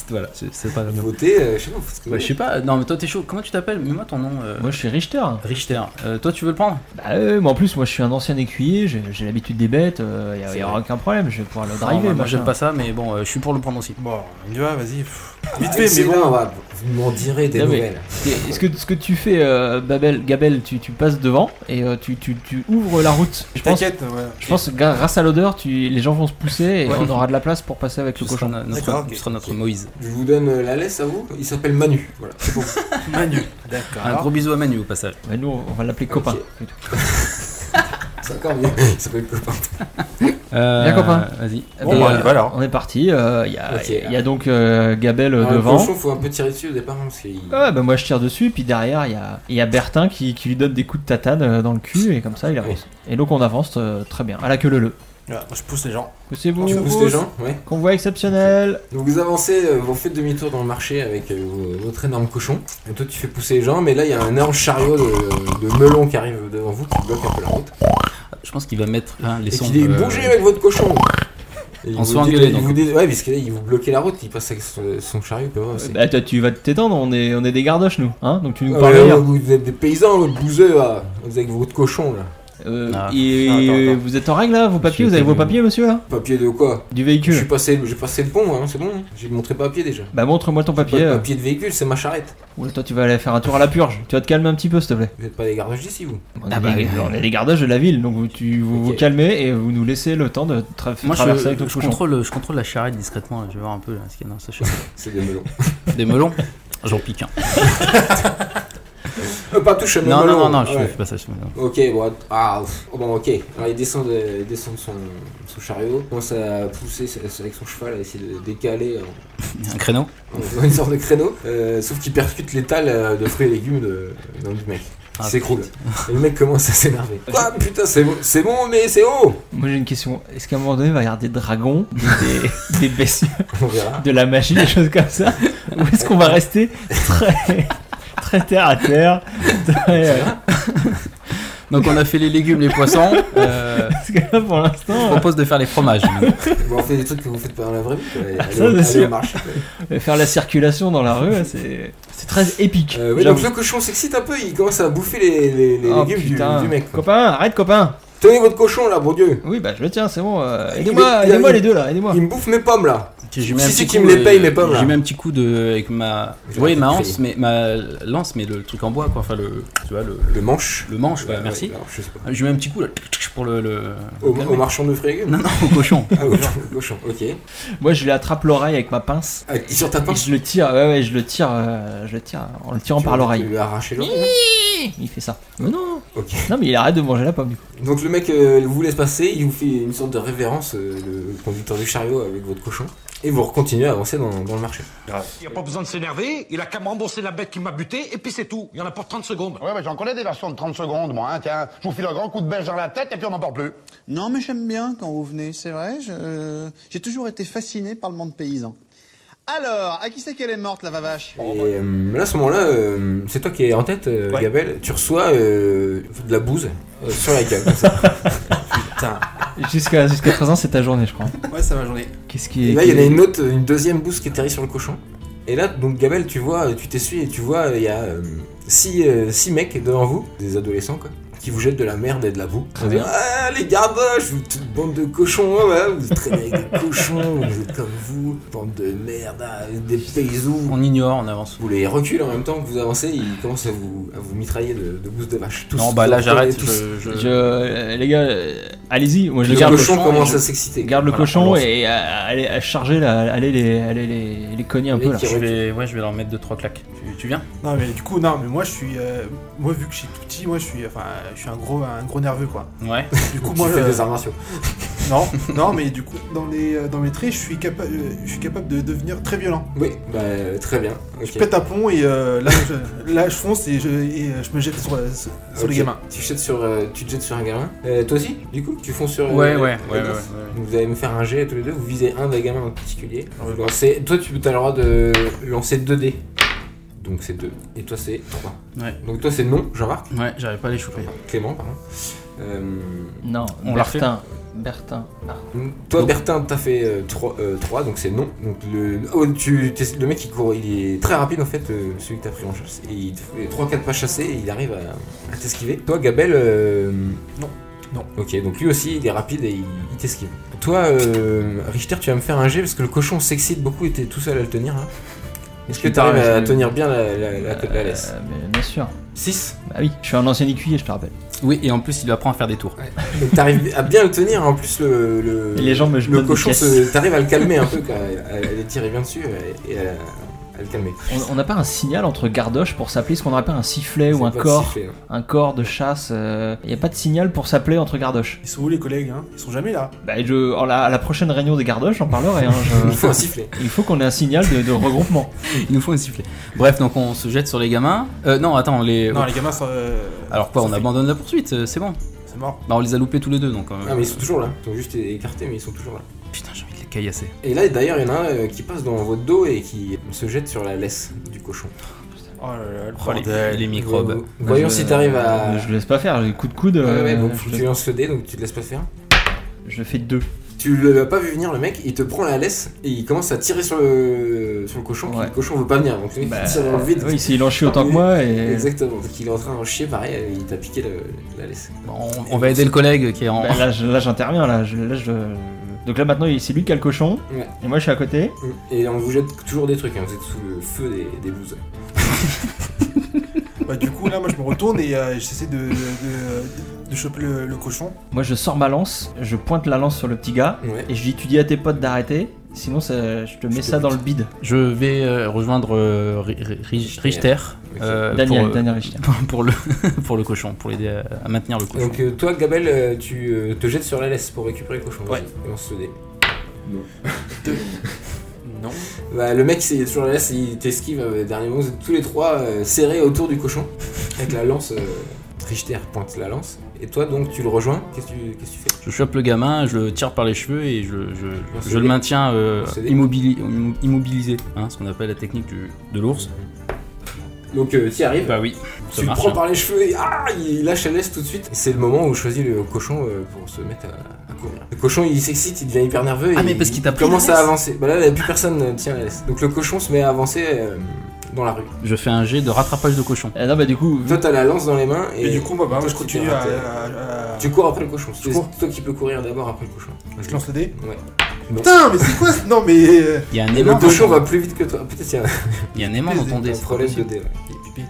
Voilà, c'est c'est pas. Nouveauté, euh, je sais pas, faut ce que Ouais, Bah, je sais pas. Non, mais toi, t'es chaud. Comment tu t'appelles Mets-moi ton nom. euh, Moi je suis Richter. hein. Richter. Euh, toi, tu veux le prendre Bah euh, mais en plus moi je suis un ancien écuyer, j'ai j'ai l'habitude des bêtes, il n'y a, aucun problème, je vais pouvoir le Non, driver. Moi, machin. j'aime pas ça, mais bon, euh, je suis pour le prendre aussi. Bon, on y va, vas-y. pff. Vite fait, mais Excellent, bon. ouais, vous m'en direz des Non, mais- nouvelles. Et- Est-ce que ce que tu fais, euh, Babel, Gabel, tu, tu passes devant et euh, tu, tu, tu ouvres la route. Je pense, T'inquiète, ouais. je pense que gra- grâce à l'odeur, tu, les gens vont se pousser et Ouais. on aura de la place pour passer avec Tu le seras cochon. no- notre, D'accord, tu ok. seras notre Moïse. Je vous donne euh, la laisse à vous. Il s'appelle Manu. Voilà, c'est pour vous. Manu. Un D'accord. gros bisou à Manu au passage. Ouais, nous, on va l'appeler copain. plutôt. C'est encore mieux. Il s'appelle Copain. Euh, Bien, copain. Vas-y. Et, Bon, bah, on euh, y va alors. On est parti, euh, il y, a- Ok. il y a donc euh, Gabel Alors, Le devant. cochon, faut un peu tirer dessus au départ. hein, parce qu'il- Ouais, bah moi je tire dessus, puis derrière il y a, il y a Bertin qui, qui lui donne des coups de tatane euh, dans le cul, et comme ça il avance. Et donc on avance euh, très bien, à la queue le le. Ouais, moi, je pousse les gens. Poussez-vous, Tu pousses les gens Ouais. Convoi exceptionnel Donc vous avancez, euh, vous faites demi-tour dans le marché avec euh, vos- votre énorme cochon. Et toi tu fais pousser les gens, mais là il y a un énorme chariot de, de melons qui arrive devant vous qui bloque un peu la route. Je pense qu'il va mettre hein, les Et sons. qui dit euh, bougez avec votre cochon Et il On se vous fait dit- engueuler, il donc. vous dit- Ouais, parce que là il vous bloquait la route, il passe avec son, son chariot. Comme Euh, ça, c'est- Bah toi, tu vas t'étendre, on est, on est des gardoches nous, hein donc tu nous Ah, parles mais, hier. euh, vous êtes des paysans, vous bouseux, là. Vous avez votre cochon là. Euh, Ah. et Ah, attends, attends. vous êtes en règle là, vos papiers, Je vous avez vos t'ai- papiers monsieur là Papier de quoi Du Je suis véhicule passé, j'ai passé le pont, hein, c'est bon. hein. J'ai montré papier déjà. Bah montre-moi ton Pas papier. de euh. papier de véhicule, c'est ma charrette. Oula, toi tu vas aller faire un tour à la purge, tu vas te calmer un petit peu s'il te plaît. Vous n'êtes pas des gardes d'ici vous. On, Ah est, bah, des, euh, on est des gardoches de la ville, donc vous, tu, vous vous Ok. calmez et vous nous laissez le temps de tra- Moi, je, traverser avec le je cochon. contrôle, je contrôle la charrette discrètement. là. Je vais voir un peu là, ce qu'il y a dans ce charrette. C'est des melons. Des melons J'en pique un. Euh, pas touche à mes Non, non, melons. Ah non, non, je Ouais. fais pas ça. je fais pas ça. Ok, bon, att- ah, pff, oh, bon, ok. Alors, il descend, de, il descend de son, son chariot, commence à pousser sa- sa- avec son cheval, à essayer de décaler en, Un créneau en faisant une sorte de créneau, euh, sauf qu'il percute l'étal euh, de fruits et légumes de, dans le mec. Ah, Il s'écroule. Et le mec commence à s'énerver. Ah putain, c'est bon, c'est bon, mais c'est haut Moi j'ai une question, est-ce qu'à un moment donné il va y avoir des dragons, des, des bestioles, On verra. de la magie, des choses comme ça Ou est-ce qu'on va rester très, très terre à terre très, euh, Donc, on a fait les légumes, les poissons. euh, Parce que là pour je l'instant, propose de faire les fromages. Bon, on fait des trucs que vous faites pas dans la vraie vie. quoi. Allez, allez, c'est allez, sûr. on marche. euh, faire la circulation dans la rue, là, c'est c'est très épique. Euh, oui, j'avoue. donc le cochon s'excite un peu, il commence à bouffer les, les- les Ah. Oh, légumes du, putain. du mec. quoi. Copain, arrête copain Tenez votre cochon là, bon dieu Oui bah je le tiens, c'est bon, euh, Il est- aidez-moi, il a- aidez-moi il- les deux là, aidez-moi Il me bouffe mes pommes là J'ai Si c'est qui me les paye, mais pas moi. J'ai mis un petit coup de. Avec ma. J'ai Oui, arrêté ma de lance, mais, ma lance, mais le truc en bois, quoi. Enfin, le. Tu vois, le, Le manche. le manche, ouais, Euh, bah, merci. ouais, alors, je sais pas. J'ai mis un petit coup là, pour le. le- Au, au marchand de fruits et légumes Non, non, au cochon. Ah, au au cochon, ok. Moi je lui attrape l'oreille avec ma pince. Ah, sur ta Et pince je le tire, ouais ouais je le tire, euh, je le tire en le tirant tu par vas- l'oreille. Tu lui as arraché l'oreille hein. Il fait ça. Mais non Ok. Non mais il arrête de manger la pomme du coup. hein Donc le mec euh, vous laisse passer, il vous fait une sorte de révérence, euh, le conducteur du chariot avec votre cochon, et vous continuez à avancer dans, dans le marché. Il n'y a pas besoin de s'énerver, il a qu'à me rembourser la bête qui m'a buté, et puis c'est tout. Il y en a pour 30 secondes. Ouais, bah, j'en connais des versions de 30 secondes, moi, hein, tiens. Je vous file un grand coup de belge dans la tête et puis on n'en parle plus. Non, mais j'aime bien quand vous venez, c'est vrai. je- euh, J'ai toujours été fasciné par le monde paysan. Alors, à qui c'est qu'elle est morte, la vavache Et euh, là, à ce moment-là, euh, c'est toi qui es en tête, euh, Gabelle, tu reçois euh, de la bouse euh, sur la gueule, comme ça. Putain. Jusqu'à jusqu'à présent c'est ta journée je crois. Ouais, c'est ma journée. Qu'est-ce qui Et là, il y en a une autre, une deuxième bouse qui atterrit sur le cochon. Et là, donc Gabel, tu vois, tu t'essuies et tu vois, il y a euh, 6 mecs devant vous, des adolescents quoi, qui vous jettent de la merde et de la boue. Très En disant, bien. Ah, les gardoches, vous toute bande de cochons, ouais, ouais, vous traînez avec des cochons, vous êtes comme vous, bande de merde, ah, des paysous. On ignore, on avance. Vous les reculez en même temps que vous avancez, ils commencent à vous, à vous mitrailler de, de bouse de vache. Tous, Non, bah là, tous, j'arrête. tous. je- je- Je, euh, les gars, euh, allez-y, moi je Le, garde le cochon cochon, commence et à je s'exciter. garde le Voilà, on cochon lance. et euh, allez à charger là, allez les, allez les, les cogner un Les peu là. qui- Je vais, ouais, je vais leur mettre 2-3 claques. Tu, tu viens Non, mais du coup, non, mais moi, je suis. euh, moi, vu que je suis tout petit, moi, je suis. Enfin, je suis un gros, un gros nerveux, quoi. Ouais. Du coup, Tu moi, fais je- des arts martiaux. Non, non, mais du coup, dans, les, euh, dans mes traits, je suis, capa- euh, je suis capable de devenir très violent. Oui, bah euh, très bien. Je ok. pète un pont et euh, là, je, là, je fonce et je, et, euh, je me jette sur, la- sur Ok. le gamin. Tu, jettes sur, euh, tu te jettes sur un gamin. Euh, toi aussi, du coup, tu fonds sur. euh, Ouais, la- ouais, la gosse. ouais, ouais, ouais, ouais. Donc vous allez me faire un jet tous les deux. Vous visez un des gamins en particulier. Vous lancez- Toi, tu as le droit de lancer 2 dés. Donc c'est 2. Et toi, c'est 3. Ouais. Donc toi, c'est non, Jean-Marc. Ouais, j'arrive pas à les choper. Clément, pardon. Euh, Non, On l'a refait Bertin. Bertin. Ah. Toi, Donc- Bertin, t'as fait euh, 3, donc c'est non. Donc le, oh, tu, t'es- le mec, il court, il est très rapide en fait, euh, celui que t'as pris en chasse. Et il te fait 3-4 pas chassés et il arrive à, à t'esquiver. Toi, Gabel, euh, non. Non. Ok, donc lui aussi, il est rapide et il, il t'esquive. Toi, euh, Richter, tu vas me faire un jet parce que le cochon s'excite beaucoup et t'es tout seul à le tenir là. Est-ce que Je sais t'arrives pas, à je- tenir bien la, la, la, la Euh, laisse mais bien sûr. 6 Bah oui, je suis un ancien écuyer, je te rappelle. Oui, et en plus, il apprend à faire des tours. Donc t'arrives à bien le tenir, en plus le, le, Et les gens me le donnent des cochon, pièces. se- t'arrives à le calmer un peu, quoi, à, à le tirer bien dessus et à, à le calmer. On- On n'a pas un signal entre gardoches pour s'appeler ce qu'on appelle un sifflet C'est ou un pas corps, sifflé, hein. un corps de chasse. Il n'y a pas de signal pour s'appeler entre gardoches. Ils sont où les collègues hein Ils sont jamais là. Bah, je, en la- à la prochaine réunion des gardoches, j'en parlerai. hein, je- Il faut un sifflet. Il faut qu'on ait un signal de, de regroupement. Il nous faut un sifflet. Bref, donc on se jette sur les gamins. Euh, non, attends, on les. Non, les gamins sont. euh, Alors quoi, sont on faits. abandonne la poursuite, euh, c'est bon. C'est mort. Bah, on les a loupés tous les deux, donc. euh, Ah, mais ils sont toujours là, ils sont juste écartés, mais ils sont toujours là. Putain, j'ai envie de les caillasser. Et là, d'ailleurs, il y en a un euh, qui passe dans votre dos et qui se jette sur la laisse du cochon. Oh là là, le Oh, les- bordel. les, microbes. Bah, Voyons Je- si t'arrives à. Euh, Je le laisse pas faire, j'ai coup de coude. Ouais, ouais, euh, donc faut que tu je, lances le dé, donc tu te laisses pas faire. je fais deux. Tu l'as pas vu venir le mec, il te prend la laisse et il commence à tirer sur le, sur le cochon, puis Ouais. le cochon veut pas venir, donc le mec Bah, il tire dans le vide. oui, s'il en chie autant que moi, et Exactement, donc il est en train de chier, pareil, euh, il t'a piqué le- la laisse. Bon, on, on va aider le collègue qui est en. bah, là, je- là, j'interviens. Là, je, là, je- Donc là maintenant, il- c'est lui qui a le cochon, Ouais. et moi je suis à côté. Mm. Et on vous jette toujours des trucs, hein, vous êtes sous le feu des, des blouses. Bah, du coup, là, moi, je me retourne et euh, j'essaie de, de, de- de choper le, le cochon. Moi je sors ma lance, je pointe la lance sur le petit gars, Ouais. et je dis tu dis à tes potes d'arrêter, sinon ça- je te mets te ça bute. dans le bide. Je vais euh, rejoindre euh, Ri- Ri- Ri- Richter. euh, Daniel, pour, euh, Daniel Richter. pour le, pour le cochon, pour l'aider à, à maintenir le cochon. Donc euh, toi, Gabel, euh, tu euh, te jettes sur la laisse pour récupérer le cochon. Ouais. Et on se dé. Non. Bah, le mec, c'est il est toujours la laisse, il t'esquive. euh, dernier moment, vous êtes tous les trois euh, serrés autour du cochon avec la lance. euh, Richter pointe la lance. Et toi, donc, tu le rejoins Qu'est-ce que tu, qu'est-ce que tu fais Je chope le gamin, je le tire par les cheveux et je, je, On se je le dé- maintiens euh, on se dé- immobili- immo- immobilisé, hein, ce qu'on appelle la technique du, de l'ours. Donc, euh, tu y arrives. Bah oui, ça tu le marche. prends hein. par les cheveux et ah, il lâche la laisse tout de suite. Et C'est le moment où choisit le cochon euh, pour se mettre à, à courir. Le cochon il s'excite, il devient hyper nerveux. Ah, et mais parce qu'il t'a pris commence la à laisse. avancer. Bah là, il y a plus personne euh, tient la laisse. Donc le cochon se met à avancer euh, dans la rue. Je fais un jet de rattrapage de cochon. Ah non, bah du Mhm. coup, Toi, t'as la lance dans les mains et, Et, du coup, bah, bah, toi, moi, je tu continue t'es à. raté. à- à- Tu cours après le cochon. C'est cours. toi qui peux courir d'abord après le cochon. Je lance le dé. Ouais. Putain, mais c'est quoi ce- Non, mais. euh, Il y a un Et le aimant, dans cochon ton- va plus vite que toi. Peut-être qu'il y a un il y a un aimant dans ton dé, c'est pas problème de possible. dé. ouais.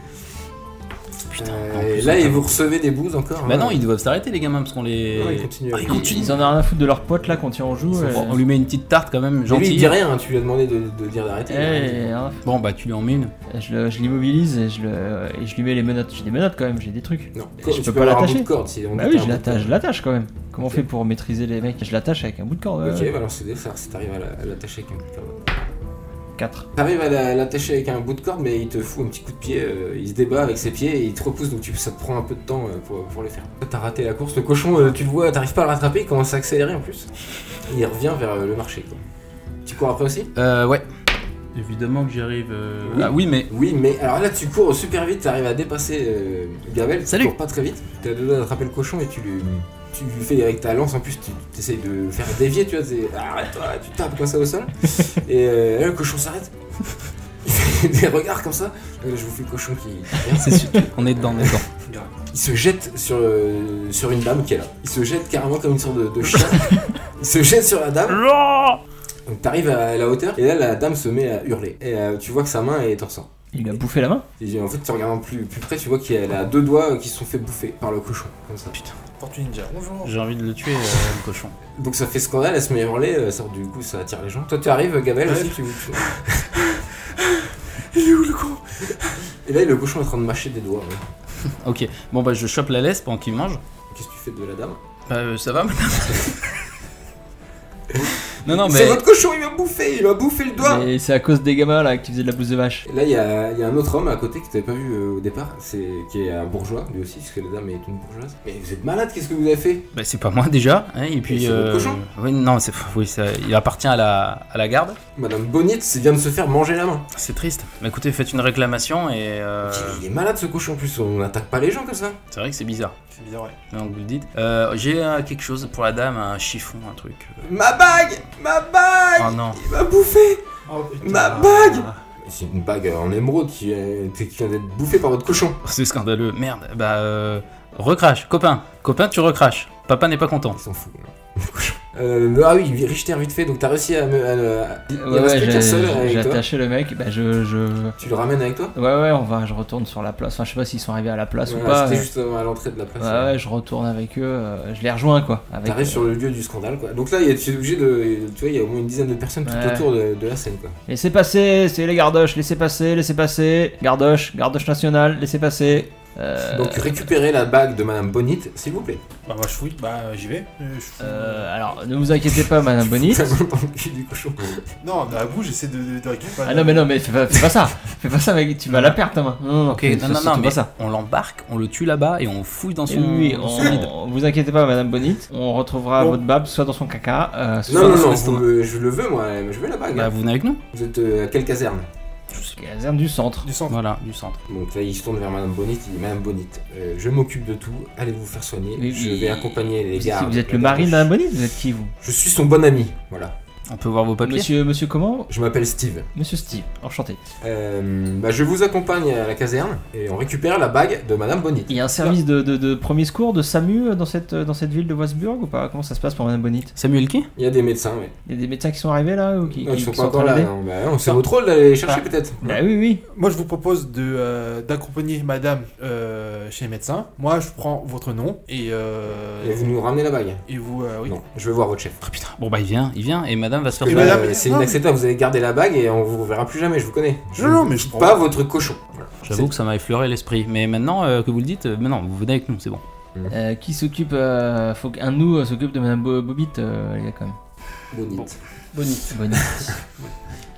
Putain, Euh, en plus, et là, on et t'a- vous recevez des bouses encore. Bah hein. non, ils doivent s'arrêter les gamins parce qu'on les. Non, ils continuent. Ah, ils Ils- continuent. ils en ont rien à foutre de leurs potes là qu'on tient en euh, joue. On on lui met une petite tarte quand même, Mais lui, il dit gentille. rien, hein, tu lui as demandé de, de dire d'arrêter. il a rien dit. Eh, hein, Bon bah tu lui en mets une. je le- je l'immobilise et, je le- et je lui mets les menottes. J'ai des menottes quand même, j'ai des trucs. Non, eh. Je tu peux peux pas avoir un bout l'attacher. de corde si on Bah dit oui, t'as je un bout de l'attache, je corde. l'attache quand même. Comment Ok. on fait pour maîtriser les mecs Je l'attache avec un bout de corde. euh, Ok, bah balance le dé, ça, si t'arrives à la- à l'attacher avec un bout de corde. 4. T'arrives à la- l'attacher avec un bout de corde, mais il te fout un petit coup de pied, euh, il se débat avec ses pieds et il te repousse, donc tu- ça te prend un peu de temps euh, pour, pour le faire. Toi, T'as raté la course, le cochon, euh, tu le vois, t'arrives pas à le rattraper, il commence à accélérer en plus. Il revient vers euh, le marché. Quoi. Tu cours après aussi Euh ouais. Évidemment que j'arrive. arrive Oui. Ah oui mais Oui, mais alors là tu cours super vite, t'arrives à dépasser euh, Gabel, tu Salut. cours pas très vite. T'as deux doigts d'attraper le cochon et tu lui, tu lui fais avec ta lance, en plus tu essayes de le faire dévier, tu vois, c'est arrête-toi, tu tapes comme ça au sol. et euh, là, le cochon s'arrête. Il fait des regards comme ça. Euh, je vous fais le cochon qui, qui vient. c'est sûr. On est dedans, on est dedans. Il se jette sur, euh, sur une dame qui est là. Il se jette carrément comme une sorte de, de chien. Il se jette sur la dame. Donc t'arrives à la hauteur et là la dame se met à hurler. Et euh, tu vois que sa main est en sang. Il lui a bouffé la main Et en fait, tu regardant plus, plus près, tu vois qu'elle a deux doigts qui se sont fait bouffer par le cochon, comme ça. Tortue Ninja, bonjour. J'ai envie de le tuer euh, le cochon. Donc ça fait scandale, elle se met à hurler, euh, ça, du coup ça attire les gens. Toi tu arrives, Gabel aussi, tu... tu- Il est où le con Et là le cochon est en train de mâcher des doigts. ouais. ok. Bon, bah, je chope la laisse pendant qu'il mange. Qu'est-ce que tu fais de la dame Bah, euh, ça va, madame Non, non, C'est mais. votre cochon, il m'a bouffé, il m'a bouffé le doigt Mais c'est à cause des gamins là que tu faisais de la bouse de vache. Là, il y, a il y a un autre homme à côté que tu n'avais pas vu euh, au départ, c'est qui est un bourgeois, lui aussi, parce que la dame est une bourgeoise. Mais vous êtes malade, qu'est-ce que vous avez fait Bah, c'est pas moi déjà. hein, et puis. c'est votre cochon oui, non, c'est... Oui, ça- il appartient à la, à la garde. Madame Bonite c'est- vient de se faire manger la main. C'est triste. Bah, écoutez, faites une réclamation et. euh, Il est malade ce cochon, en plus, on n'attaque pas les gens comme ça. C'est vrai que c'est bizarre. C'est bizarre, ouais. Maintenant que vous le dites. Euh, j'ai euh, quelque chose pour la dame, un chiffon, un truc. Ma bague Ma bague Oh non. Il m'a bouffé Oh, putain. Ma bague Ah, C'est une bague en émeraude qui, est- qui vient d'être bouffée par votre cochon. C'est scandaleux. Merde. Bah, euh, recrache, copain. Copain, tu recraches. Papa n'est pas content. Il s'en fout. hein, le cochon. Euh, ah oui, Richter, vite fait, donc t'as réussi à me. à le- à- Il Ouais, reste ouais, plus j'ai qu'un seul avec j'ai toi. attaché le mec. Bah, je, je. Tu le ramènes avec toi Ouais, ouais, on va, je retourne sur la place. Enfin, je sais pas s'ils sont arrivés à la place ou Ouais, pas. C'était euh, juste à l'entrée de la place. Ouais, ouais, je retourne avec eux. euh, je les rejoins quoi. Avec, T'arrives sur le lieu du scandale, quoi. Donc là, il y a- tu es obligé de. Tu vois, il y a au moins une dizaine de personnes tout Ouais. autour de, de la scène, quoi. Laissez passer, c'est les gardoches, laissez passer, laissez passer. Gardoche, gardoche nationale, laissez passer. Euh, Donc récupérez la bague de Madame Bonite, s'il vous plaît. Bah, moi, je fouille, bah, j'y vais. Euh, je fous- euh, alors, ne vous inquiétez pas, Madame Bonnie. Ça monte dans le cul du cochon. Non, bah, à bout, j'essaie de, de- de récupérer. Ah non, mais non, mais fais pas, fais pas ça. Fais pas ça, mec. Tu vas la perdre ta main. Non, non, non, Ok, fais- non, non, surtout non, mais pas ça. on l'embarque, on le tue là-bas et on fouille dans Et son, oui, dans on, son vide. on- vous inquiétez pas, Madame Bonite. On retrouvera Bon. votre bab soit dans son caca, euh, soit Non, non, dans son non, vous estomac. me- je le veux, moi. Je veux la bague. Bah, hein. vous venez avec nous Vous êtes euh, à quelle caserne Caserne du centre. Du centre. Voilà, du centre. Donc là, il se tourne vers Madame Bonite. Il dit Madame Bonite, euh, je m'occupe de tout. Allez vous faire soigner. Mais je oui. vais accompagner les Vous, gardes. vous êtes le mari de Madame Bonite Vous êtes qui, vous Je suis son bon ami. Voilà. On peut voir vos papiers Monsieur, monsieur comment Je m'appelle Steve. Monsieur Steve, enchanté. Euh, bah, je vous accompagne à la caserne et on récupère la bague de Madame Bonite. Il y a un service de, de- de premier secours de SAMU euh, dans cette, dans cette ville de Wasburg ou pas Comment ça se passe pour Madame Bonite Samuel qui Il y a des médecins, oui. Il y a des médecins qui sont arrivés là ou qui, Non, qui- ils sont qui pas en train encore là. d'aider non. Bah, non, c'est votre rôle d'aller les chercher, Ah. peut-être. Bah oui, oui. Moi, je vous propose de, euh, d'accompagner madame euh, chez les médecins. Moi, je prends votre nom et. euh, Et vous nous ramenez la bague Et vous, euh, oui. Non, je vais voir votre chef. Ah putain, bon bah il vient, il vient et madame va se faire Et Bah, madame- euh, c'est non, inacceptable, vous allez garder la bague et on vous verra plus jamais, je vous connais. Je Non, non, mais je quitte prends. pas votre cochon. Voilà. J'avoue que ça m'a effleuré l'esprit, mais maintenant euh, que vous le dites, euh, maintenant vous venez avec nous, c'est bon. Euh, qui s'occupe euh, Faut qu'un de nous euh, s'occupe de Madame Bo- Bobite, euh, les gars, quand même. C'est Bonite. Bonite. Bonite.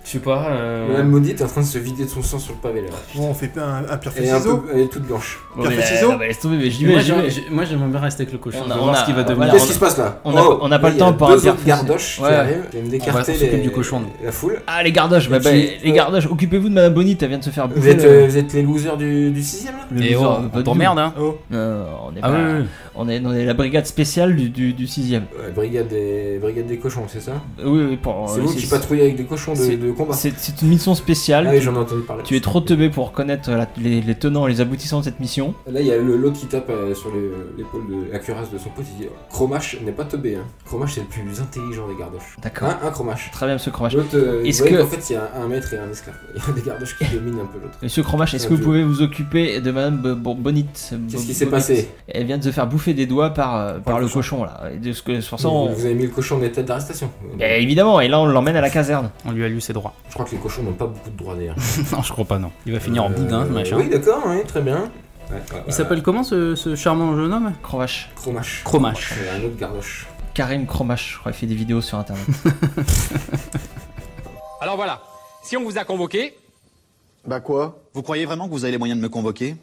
Je sais pas, euh, Madame Bonite est en train de se vider de son sang sur le pavé là. Bon, on fait pas un, un pire Elle est, un ciseau. peu- elle est toute blanche. Bon, mais, Pierre euh, Ciseaux non, mais laisse tomber, mais j'y vais, j'y vais. moi j'aimerais bien rester avec le cochon, On a- on a- voilà, Qu'est-ce on qui a- se passe là on a- on a pas le temps pour un un pire autres gardoches Ouais. qui arrivent, qui viennent On va d'écarter s'occuper les... du cochon, nous. la foule. Ah, les gardoches, bah, Et bah, puis, les euh, gardoches, occupez-vous de Madame Bonite, elle vient de se faire Vous bouffer. êtes, le- euh, vous êtes les losers du, du 6 là le Et loser, pas oh, on du t'emmerde hein Oh, tout. Non, non, on est Ah pas- oui, oui, On est, on est la brigade spéciale du, du, du sixième. Ouais, brigade, des... brigade des cochons, c'est ça Euh, Oui, oui, pour. C'est euh, vous qui patrouillez avec des cochons de, c'est- de combat c'est- c'est une mission spéciale. Ah oui, Tu- j'en ai entendu parler. tu es trop teubé pour connaître la- les, les tenants et les aboutissants de cette mission. Là, il y a le- l'autre qui tape euh, sur le- l'épaule de la cuirasse de son pote. Il dit Cromache n'est pas teubé. Hein. Cromache, c'est le plus intelligent des gardoches. D'accord. Hein, un Cromache. Très bien, monsieur Cromache. L'autre, euh, vous Est-ce voyez que- qu'en fait, il y a un maître et un esclave. Il y a des gardoches qui dominent un peu l'autre. Euh, Monsieur Cromache, est-ce que vous pouvez vous occuper de Madame Bo- Bo- Bonite Qu'est-ce qui s'est passé Elle vient de se faire bouffer des doigts par, euh, par le cochon. cochon, là. Et de ce que, c'est pour ça, vous, on- vous avez mis le cochon des têtes d'arrestation. Eh, évidemment, et là on l'emmène à la caserne. on lui a lu ses droits. Je crois que les cochons n'ont pas beaucoup de droits d'ailleurs. non, je crois pas, non. Il va finir en Euh, boudin, ce machin. Oui, d'accord, oui, très bien. Ouais, ouais, voilà. Il s'appelle comment ce, ce charmant jeune homme Cromache. Cromache. Cromache. Et un autre gardoche. Karim Cromache, je crois qu'il fait des vidéos sur internet. Alors voilà, si on vous a convoqué, Bah quoi Vous croyez vraiment que vous avez les moyens de me convoquer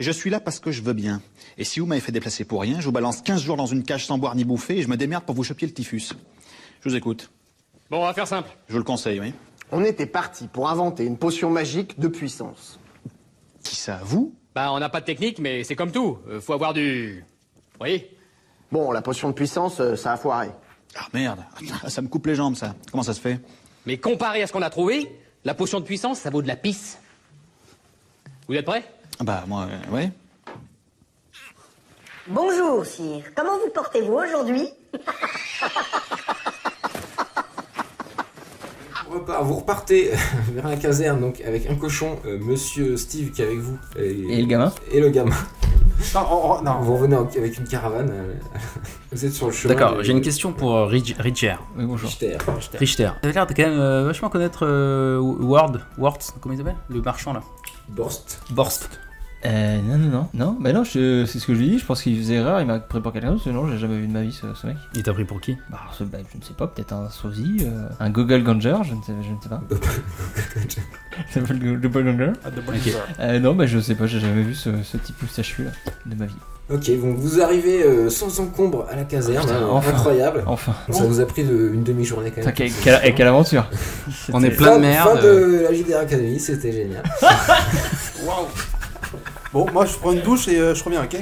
Je suis là parce que je veux bien. Et si vous m'avez fait déplacer pour rien, je vous balance 15 jours dans une cage sans boire ni bouffer et je me démerde pour vous choper le typhus. Je vous écoute. bon, on va faire simple. Je vous le conseille, oui. On était parti pour inventer une potion magique de puissance. Qui ça, vous Bah, on n'a pas de technique, mais c'est comme tout. Euh, faut avoir du. Vous voyez Bon, la potion de puissance, euh, ça a foiré. Ah merde, ça me coupe les jambes, ça. Comment ça se fait Mais comparé à ce qu'on a trouvé, la potion de puissance, ça vaut de la pisse. Vous êtes prêts Ah Bah, moi, euh, ouais. Bonjour, sire. Comment vous portez-vous aujourd'hui On repart- Vous repartez euh, vers la caserne donc avec un cochon, euh, monsieur Steve qui est avec vous. et le gamin Et le gamin. Non, oh, oh, non. Vous revenez en- avec une caravane. euh, vous êtes sur le chemin. D'accord, de- j'ai une question pour euh, Ridge- Richter. Oui, bonjour. Richter. Richter. T'as l'air de quand même euh, vachement connaître euh, Ward, Wartz, comment il s'appelle Le marchand là. Borst. Borst. Euh, non, non, non. Non, mais non, je- c'est ce que je lui dis. Je pense qu'il faisait erreur. Il m'a pris pour quelqu'un d'autre. parce que Non, j'ai jamais vu de ma vie ce, ce mec. Il t'a pris pour qui Bah, ce- bah, je ne sais pas. Peut-être un sosie, euh, un Google Ganger, je ne sais, je ne sais pas. Ça s'appelle le Double Ganger Ah, Double Ganger. Ok. Euh, Non, bah, je sais pas. J'ai jamais vu ce, ce type moustachu là de ma vie. Ok, bon, vous arrivez euh, sans encombre à la caserne, Putain, hein, enfin. incroyable. Enfin. Ça vous a pris de- une demi-journée quand Putain, même. quelle, quelle- eh, quelle aventure On est C'était- plein de Fin merde. euh. de la JDR Academy, c'était génial. Bon, moi je prends une douche et euh, je reviens, ok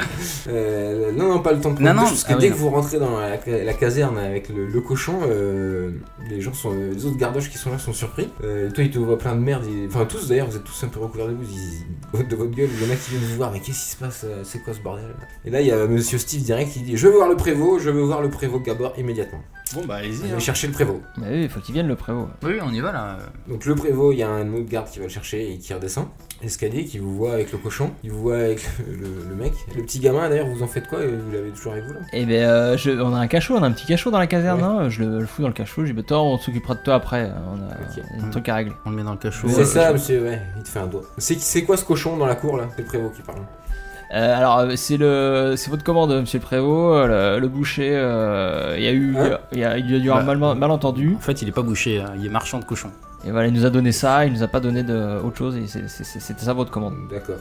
Euh, non, non, pas le temps de prendre Non, une non, douche, parce que ah oui, dès non. que vous rentrez dans la, la caserne avec le, le cochon, euh, les gens sont, les autres gardoches qui sont là sont surpris. Euh, toi, ils te voient plein de merde. ils- Enfin, tous d'ailleurs, vous êtes tous un peu recouverts de boue, ils- de votre gueule. Il y en a qui viennent vous voir, mais qu'est-ce qui se passe euh, C'est quoi ce bordel Et là, il y a Monsieur Steve direct qui dit Je veux voir le prévôt, je veux voir le prévôt Gabor immédiatement. Bon, bah, allez-y. Allez hein. chercher le prévôt. Mais oui, il faut qu'il vienne le prévôt. Oui, on y va là. Donc le prévôt, il y a un autre garde qui va le chercher et qui redescend. Escalier qui vous voit avec le cochon, il vous voit avec le, le- le mec. Le petit gamin d'ailleurs, vous en faites quoi euh, Vous l'avez toujours avec vous là Eh ben, euh, je- on a un cachot, on a un petit cachot dans la caserne, hein. je le, le fous dans le cachot, j'ai dit, bah, toi, on s'occupera de toi après, hein. on a Ok. Mm. il y a des trucs à régler. On le met dans le cachot. C'est euh, ça, monsieur, ouais, il te fait un doigt. C'est c'est quoi ce cochon dans la cour là C'est le prévôt qui parle. Euh, alors, euh, c'est le, c'est votre commande, monsieur le prévôt, euh, le, le boucher, euh, il y a eu, Hein il y a, il y a dû avoir Bah. un mal, malentendu, En fait, il est pas bouché, hein, il est marchand de cochons. et voilà, il nous a donné ça, il nous a pas donné de, autre chose, et c'est- c'est- c'est- c'était ça votre commande. D'accord.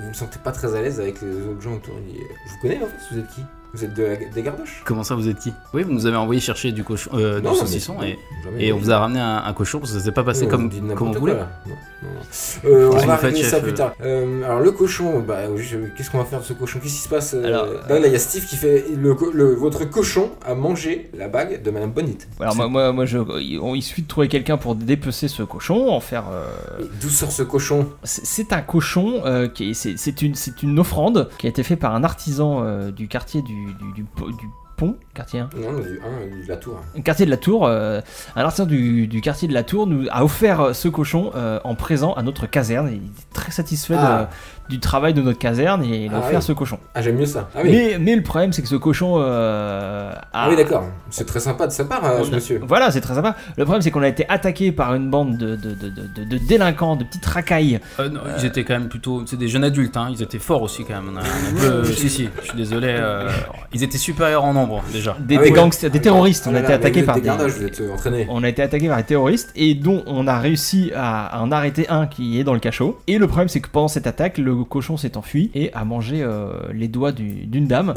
Vous vous sentez pas très à l'aise avec les autres gens autour. Il dit, Je vous connais en fait, vous êtes qui Vous êtes de la- des gardoches Comment ça, vous êtes qui Oui, vous nous avez envoyé chercher du cochon, euh, du Non, mais saucisson c'est- et, jamais. et on vous a ramené un, un cochon parce que ça s'est pas passé Ouais, comme, dites n'importe comme on quoi, voulait. là. Non, non, non. Euh, on Qu'est-ce que va vous faites, régler ça chef, plus euh tard. Euh, alors le cochon, bah, je- qu'est-ce qu'on va faire de ce cochon Qu'est-ce qui se passe euh, Alors, bah, Là, il y a Steve qui fait le, co- le- votre cochon a mangé la bague de Madame Bonite. Alors, moi, moi, moi, je, il, on- il suffit de trouver quelqu'un pour dépecer ce cochon, en faire, euh, Et D'où sort ce cochon C'est c'est un cochon, euh, qui est- c'est c'est une, c'est une offrande qui a été faite par un artisan euh, du quartier du, du, du po- du pont, quartier hein Non, du hein, du- de la tour. Un quartier de la Tour. euh, un artisan du, du quartier de la Tour nous a offert euh, ce cochon euh, en présent à notre caserne. Il est très satisfait de- Ah. du travail de notre caserne et il a Ah offert oui. ce cochon. Ah, j'aime mieux ça. Ah oui. Mais, mais le problème, c'est que ce cochon. euh, Ah a- oui, d'accord. C'est très sympa de sa part, euh, on ce a- monsieur. Voilà, c'est très sympa. Le problème, c'est qu'on a été attaqué par une bande de, de- de- de- de- de délinquants, de petites racailles. Euh, non, Ils étaient quand même plutôt. C'est des jeunes adultes, hein, ils étaient forts aussi quand même. On a, on a peu- si, si, je suis désolé. euh, ils étaient supérieurs en nombre déjà. Ah Des, oui, des ouais. gangsters, des terroristes. Ah On là a là, été mais attaqué vous êtes par des des, gardages, vous êtes euh, entraînés. On a été attaqué par des terroristes et dont on a réussi à, à en arrêter un qui est dans le cachot. Et le problème, c'est que pendant cette attaque, le cochon s'est enfui et a mangé euh, les doigts du- d'une dame.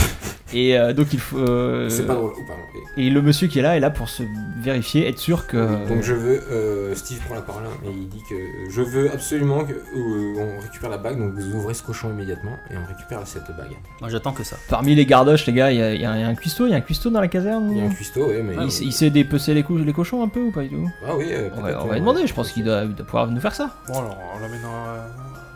Et euh, donc il faut. euh, C'est pas drôle. Oh, pardon. Et le monsieur qui est là est là pour se vérifier, être sûr que. Donc je veux, euh, Steve prend la parole hein, et il dit que euh, je veux absolument qu'on récupère la bague, donc vous ouvrez ce cochon immédiatement et on récupère cette bague. Moi j'attends que ça. Parmi les gardoches, les gars, il y, a- il y a un il y a un cuistot, il y a un cuistot dans la caserne. Il y a ou- un cuistot, oui, mais... Il, s- il sait dépecé les, cou- les cochons un peu ou pas du tout Ah oui, euh, Ah, on va, peut-être, on va euh, lui demander, je pense qu'il doit, il doit pouvoir nous faire ça. Bon, alors on l'emmène dans, euh,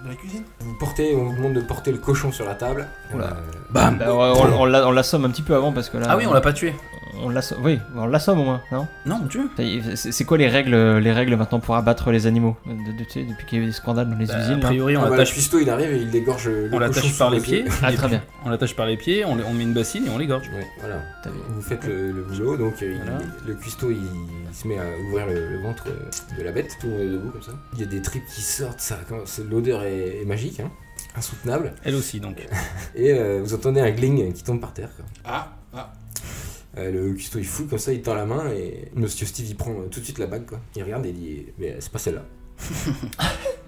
dans la cuisine. Vous portez, on vous demande de porter le cochon sur la table. Oula. Euh, Bam Bah, on- on- on l'a- on l'assomme un petit peu avant parce que là. Ah oui, on l'a pas tué. on l'assomme- Oui, on l'assomme au moins, non Non, on tue. Ça y est, C'est c'est quoi les règles, les règles maintenant pour abattre les animaux De- de- tu sais, Depuis qu'il y a eu des scandales dans les Bah, a usines. là. priori, on ah bah, le l'attache cuistot, il arrive et il dégorge le on cochon l'attache sur par le les pieds. côté. Ah, et très puis bien. On l'attache par les pieds, on, le- on met une bassine et on l'égorge. Ouais, voilà. T'as vu. Vous faites le, le boulot, donc euh, il- Voilà. le cuistot il, il se met à ouvrir le, le ventre euh, de la bête, tout le monde est debout comme ça. Il y a des tripes qui sortent, ça, commence- l'odeur est, est magique, hein, insoutenable. Elle aussi donc. Et euh, vous entendez un gling qui tombe par terre. quoi. Ah, ah. Euh, le cuistot il fouille comme ça, il tend la main et Monsieur Steve il prend euh, tout de suite la bague quoi. Il regarde et il dit Mais euh, c'est pas celle-là.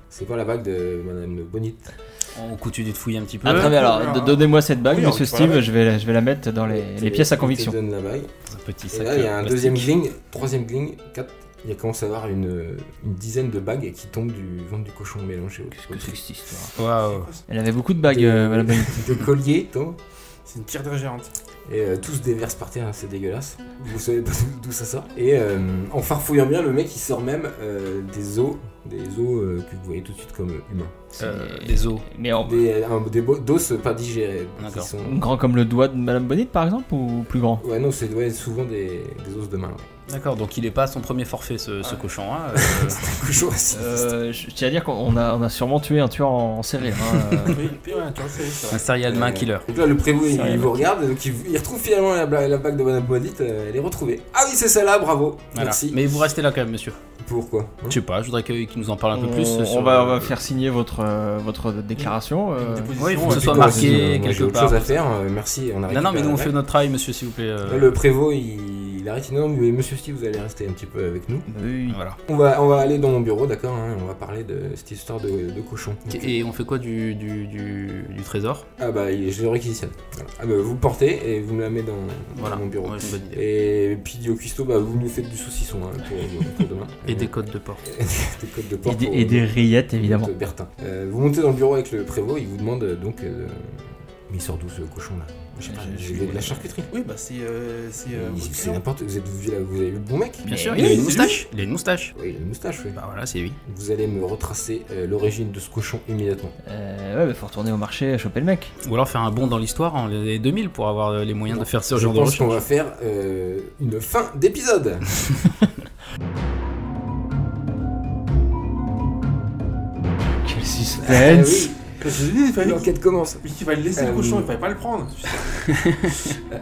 c'est pas la bague de Madame Bonite. On continue de fouiller un petit peu. Ah, très bien, alors do- donnez-moi cette bague, Oui, on monsieur récupère la Steve, bague. je vais, la- je vais la mettre dans les, les pièces à conviction. Il te donne la bague. Dans un petit Et sac. là il y a un euh, plastique. deuxième gling, troisième gling, quatre. Il commence à avoir une, euh, une dizaine de bagues qui tombent du ventre du cochon mélangé au, au truc. Oh. Waouh. Elle avait beaucoup de bagues, euh, madame Bonny. de collier, toi. C'est une tire de géante. Et euh, tout se déverse par terre, hein, c'est dégueulasse. Vous savez pas d'où- d'où ça sort. Et euh, en farfouillant bien, le mec il sort même euh, des os, des os euh, que vous voyez tout de suite comme humains. Euh, C'est- Des os. Mais en- Des, euh, un- des bo- d'os pas digérés. D'accord. qui sont- grand comme le doigt de madame Bonnet, par exemple, ou plus grand Ouais, non, c'est ouais, souvent des, des os de main. ouais. D'accord, donc il n'est pas à son premier forfait ce, ce cochon. hein, euh, Euh, je tiens à dire qu'on a, on a sûrement tué un tueur en, en série. Ah. hein, euh. Un serial man killer. Euh, Donc là, le prévôt, il, Serial vous man regarde, donc il, il retrouve finalement la, bla- la bague de Madame Poadite, euh, elle est retrouvée. Ah oui, c'est celle-là, bravo. Voilà. Merci. Mmh. hein Mais vous restez là quand même, monsieur. Pourquoi Je sais pas, je voudrais que- qu'il nous en parle un peu plus. euh, on, sur- on va, on va faire signer votre, euh, votre déclaration. euh. Oui, il faut que ce soit euh, Moi, marqué j'ai quelque autre part. chose à faire, euh, merci, on a Non, non, mais récupéré nous on la fait bague. notre travail, monsieur, s'il vous plaît. euh, euh, Le prévôt, il, il arrête. il dit, Non, mais monsieur Steve, vous allez rester un petit peu avec nous. Voilà. On va, on va aller dans mon bureau, d'accord hein, On va parler de cette histoire de, de cochon. euh, Et on fait quoi du, du, du, du trésor Ah bah, il- je le réquisitionne. Voilà. Ah bah, vous le portez et vous me la mettez dans, dans Voilà. mon bureau. Ouais, c'est une bonne et puis, dit au cuistot, bah, vous nous faites du saucisson hein, pour, pour demain. Et des codes de porte. des codes de porc Et des- pour- et des rillettes, évidemment. de Bertin. Euh, vous montez dans le bureau avec le prévôt, il vous demande euh, donc. euh, mais il sort d'où ce cochon là Je Ah, sais pas, je vais de la charcuterie. Oui, bah c'est. euh, c'est euh, Il- votre C'est client. n'importe vous, êtes, vous avez vu le bon mec Bien Mais sûr, oui, il a une c'est moustache. Il a une moustache. lui. Oui, il a une moustache, oui. Bah voilà, c'est lui. Vous allez me retracer euh, l'origine de ce cochon immédiatement. Euh, ouais, bah, faut retourner au marché, choper le mec. Ou alors faire un bond dans l'histoire en les 2000 pour avoir euh, les moyens de faire ce Je genre de pense qu'on recherche. va faire euh, une fin d'épisode. Quel Eh suspense oui, Parce que je dis, il fallait- L'enquête commence. Mais il fallait laisser Euh, le cochon, il fallait pas le prendre.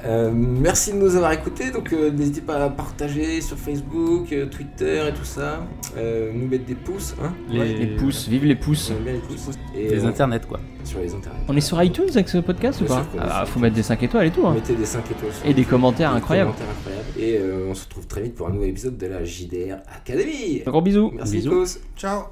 Euh, merci de nous avoir écoutés. Donc, euh, n'hésitez pas à partager sur Facebook, euh, Twitter et tout ça. Euh, nous mettre des pouces. Hein Ouais, Les pouces, vive les pouces. On aime bien les pouces. Et, Les euh, internets, quoi. Sur les internets. On est sur iTunes avec ce podcast ou Bien pas sûr qu'on est Ah, sur Faut mettre des 5 étoiles et tout. hein. Mettez des 5 étoiles. sur Et des commentaires Des incroyables. commentaires incroyables. Et euh, on se retrouve très vite pour un nouvel épisode de la JDR Academy. Un gros bisou. Merci à Bisous. tous. Ciao